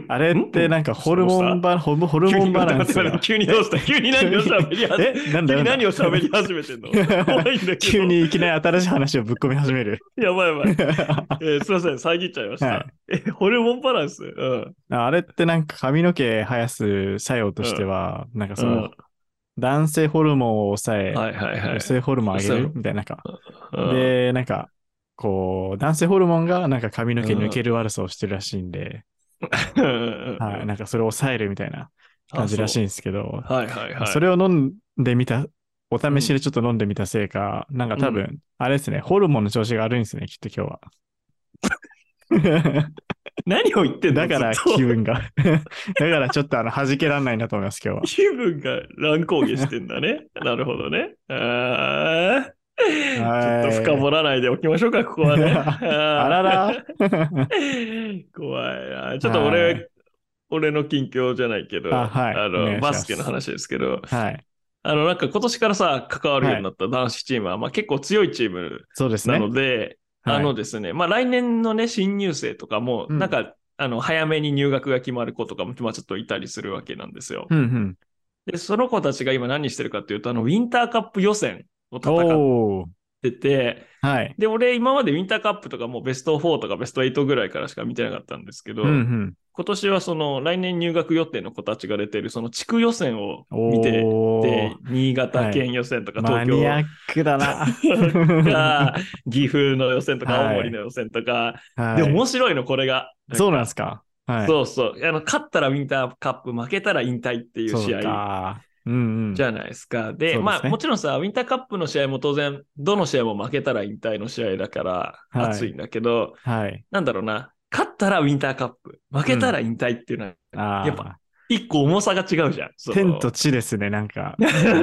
Speaker 1: あれってなんかホルモンバ、ホルホルモンバランスが。
Speaker 2: 急にどうした急に何を喋り始め
Speaker 1: えなんだ
Speaker 2: 急
Speaker 1: よ
Speaker 2: に何を喋り
Speaker 1: なんだ
Speaker 2: 始めてんの怖いんだけ
Speaker 1: <laughs>
Speaker 2: ど。
Speaker 1: 急。にいきなり新しい話をぶっ込み始め
Speaker 2: <laughs>
Speaker 1: る。
Speaker 2: やばいやばい。えーすいません、遮っちゃいました。
Speaker 1: はい
Speaker 2: え、ホルモンバランスうん。
Speaker 1: あれってなんか髪の毛生やす作用としては、なんかその、男性ホルモンを抑え、
Speaker 2: うんはいはいはい
Speaker 1: 女。性ホルモンを上げるみたいな、なんか、
Speaker 2: うん、
Speaker 1: で、なんか、こう、男性ホルモンがなんか髪の毛抜ける悪さをしてるらしいんで、はい、なんかそれを抑えるみたいな感じらしいん
Speaker 2: い。
Speaker 1: ですけど、
Speaker 2: はいはいはい。
Speaker 1: それを飲んでみた、お試しでちょっと飲んでみたせいか、なんか多分、あれですね、ホルモンの調子が悪いんですね、きっと今
Speaker 2: <laughs>
Speaker 1: 日は。
Speaker 2: 何を言ってんの
Speaker 1: だから
Speaker 2: ずっと
Speaker 1: 気分が、 <laughs> だからちょっとあの、弾けらんないなと思います、今日は。
Speaker 2: 気分が乱高下してん
Speaker 1: <laughs>
Speaker 2: だね。なるほどね。あー
Speaker 1: はい
Speaker 2: ちょっと深掘らないでおきましょうか、ここ
Speaker 1: <laughs>
Speaker 2: はね。
Speaker 1: あ
Speaker 2: あ
Speaker 1: ら
Speaker 2: ー
Speaker 1: ら
Speaker 2: <laughs> 怖いな。ちょっと
Speaker 1: は
Speaker 2: 俺
Speaker 1: い、
Speaker 2: 俺の近況じゃないけど、
Speaker 1: あはいお願い
Speaker 2: の
Speaker 1: しま
Speaker 2: バ
Speaker 1: す
Speaker 2: スケの話ですけど、
Speaker 1: はい、
Speaker 2: あの、なんか今年からさ、関わるようになった男子チームは、まあ、結構強いチーム
Speaker 1: そうです
Speaker 2: な
Speaker 1: ね。
Speaker 2: ので、
Speaker 1: はい
Speaker 2: あのですね、まあ、来年のね、新入生とかも、
Speaker 1: うん
Speaker 2: なんか、あの早めに入学が決まる子とかも、まあ、ちょっといたりするわけなんですよ。
Speaker 1: うんうん。
Speaker 2: で、その子たちが今何してるかっていうと、あの、ウィンターカップ予選を戦っ
Speaker 1: おー
Speaker 2: てて、
Speaker 1: はい。
Speaker 2: で、俺今までウィンターカップとかもうベスト4とかベスト8ぐらいからしか見てなかったんですけど、
Speaker 1: うんうん。
Speaker 2: 今年はその来年入学予定の子たちが出てるその地区予選を見て
Speaker 1: お
Speaker 2: て
Speaker 1: ー、
Speaker 2: 新潟県予選とか
Speaker 1: マ
Speaker 2: 東
Speaker 1: ニア
Speaker 2: 京
Speaker 1: ックだ
Speaker 2: <laughs>
Speaker 1: な。
Speaker 2: とか、岐阜の予選とか
Speaker 1: はい
Speaker 2: 青森の予選とか、
Speaker 1: <laughs> はい
Speaker 2: でも面白いのこれが。
Speaker 1: そうなんですか。はい。
Speaker 2: そうそう。あの、勝ったらウィンターカップ、負けたら引退っていう
Speaker 1: そう
Speaker 2: 試合
Speaker 1: か。うんうん。
Speaker 2: じ
Speaker 1: ゃ
Speaker 2: ゃないです
Speaker 1: そ
Speaker 2: か。で、
Speaker 1: うですね
Speaker 2: まあもちろんさ、ウィンターカップの試合も当然、どの試合も負けたら引退の試合だから
Speaker 1: はい
Speaker 2: 熱いんだけど、
Speaker 1: はい。
Speaker 2: なんだろうな、勝ったらウィンターカップ、負けたら引退っていうのは、
Speaker 1: ああ。
Speaker 2: やっぱ一個重さが違うじゃん。その
Speaker 1: 天と地ですね、なん
Speaker 2: <laughs>
Speaker 1: か。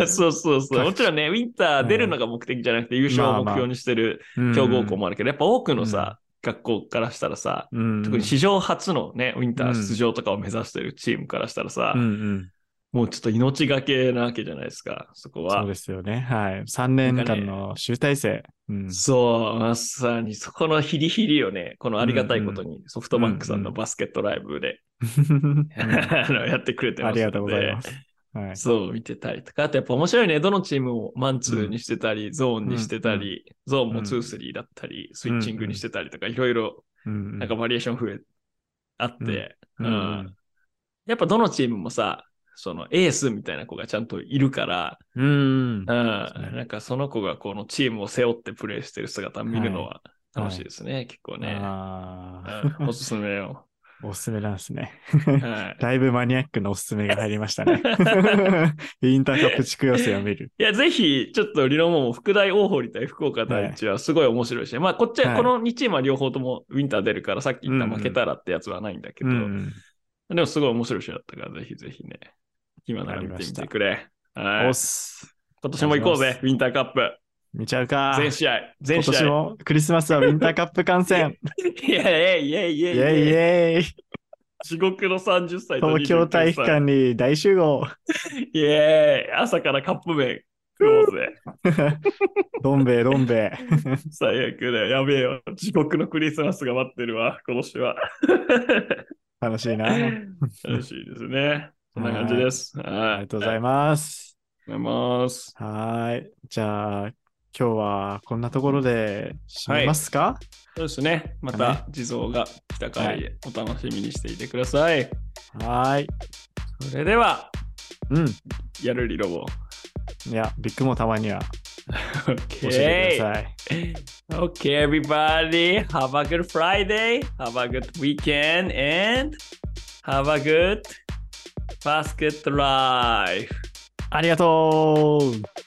Speaker 2: そうそうそう。もちろんね、ウィンター出るのが目的じゃなくて、優勝を目標にしてる強豪校もあるけど、やっぱ多くのさ、学校からしたらさ、
Speaker 1: うん、うん。
Speaker 2: 特に史上初のね、ウィンタ
Speaker 1: う
Speaker 2: ー
Speaker 1: ん
Speaker 2: 出場とかを目指してるチームからしたらさ、
Speaker 1: うんうん。
Speaker 2: もうちょっと命がけなわけじゃないですか、そこは。
Speaker 1: そうですよね。はい。三年間の集大成。うん。
Speaker 2: そう、まさにそこのヒリヒリをね、このありがたいことにソフトバンクさん
Speaker 1: うんう
Speaker 2: の
Speaker 1: ん
Speaker 2: バスケットライブで、
Speaker 1: うん
Speaker 2: <laughs> あのやってくれて
Speaker 1: あ
Speaker 2: ますの
Speaker 1: りが
Speaker 2: で。
Speaker 1: とうございます。はい。
Speaker 2: そう、見てたりとか、あとやっぱ面白いね、どのチームをマンツーにしてたり、ゾーンにしてたり、ゾーンもツースリーだったり、スイッチングにしてたりとか、いろいろ
Speaker 1: うん
Speaker 2: なんかバリエーション増え、あって、
Speaker 1: う
Speaker 2: うんん
Speaker 1: うん
Speaker 2: やっぱどのチームもさ、そのエースみたいな子がちゃんといるから、
Speaker 1: うん
Speaker 2: う。
Speaker 1: そうですね
Speaker 2: ん、なんかその子がこのチームを背負ってプレイしてる姿見るのは楽しいですね、結構ね。
Speaker 1: あ
Speaker 2: うん、おすす
Speaker 1: <laughs>
Speaker 2: め
Speaker 1: あ。
Speaker 2: よ。
Speaker 1: おすすめなんですね。
Speaker 2: はい
Speaker 1: だいぶマニアックなおすすめが入りま
Speaker 2: <laughs>
Speaker 1: したね。インターカップ地区予選を見る。
Speaker 2: いや、ぜひ、ちょっとリノモも副大大堀対福岡第一はすごい面白いし、まあ、こっちは、
Speaker 1: はい
Speaker 2: この2チームは両方ともウィンター出るから、さっき言った負けたらってやつはないんだけ
Speaker 1: う
Speaker 2: ど、
Speaker 1: ん。
Speaker 2: でもすごい面白い試合だったから、ぜひぜひね、今なら見てみてくれ。はい
Speaker 1: おっ。す。
Speaker 2: 今年も行こう
Speaker 1: お願いし
Speaker 2: ぜ
Speaker 1: ま、
Speaker 2: ウィンターカップ。
Speaker 1: 見ちゃうか。
Speaker 2: 全試合、全
Speaker 1: 今
Speaker 2: 試
Speaker 1: 年
Speaker 2: 合。
Speaker 1: もクリスマスはウィンターカップ観
Speaker 2: <laughs>
Speaker 1: 戦。
Speaker 2: いやいやいや
Speaker 1: イ
Speaker 2: いや
Speaker 1: ェイイ
Speaker 2: いや
Speaker 1: ェイ
Speaker 2: 地獄の30歳と29歳。
Speaker 1: 東京体育館に大集合。
Speaker 2: イエーイ朝からカップ麺食おうぜ。
Speaker 1: どん兵衛どん兵衛。
Speaker 2: 最悪だよ。やべえよ。地獄のクリスマスが待ってるわ、今年は。
Speaker 1: 楽しい
Speaker 2: <laughs>
Speaker 1: な。あり
Speaker 2: 楽しいですね。そんな感じです。はい。あ
Speaker 1: がとうございます。
Speaker 2: りがとうございます。
Speaker 1: はーい。じゃあ、今日はこんなところで締めますか、
Speaker 2: そうですね。ま
Speaker 1: だね
Speaker 2: た、地蔵が来た回でお楽しみにしていてください。
Speaker 1: はーい。
Speaker 2: それでは、
Speaker 1: うん。
Speaker 2: やるリロボ。
Speaker 1: いや、ビッグもたまには教
Speaker 2: OK
Speaker 1: えてください。
Speaker 2: Okay, everybody, have a good Friday, have a good weekend, and have a good basket life.
Speaker 1: ありがとう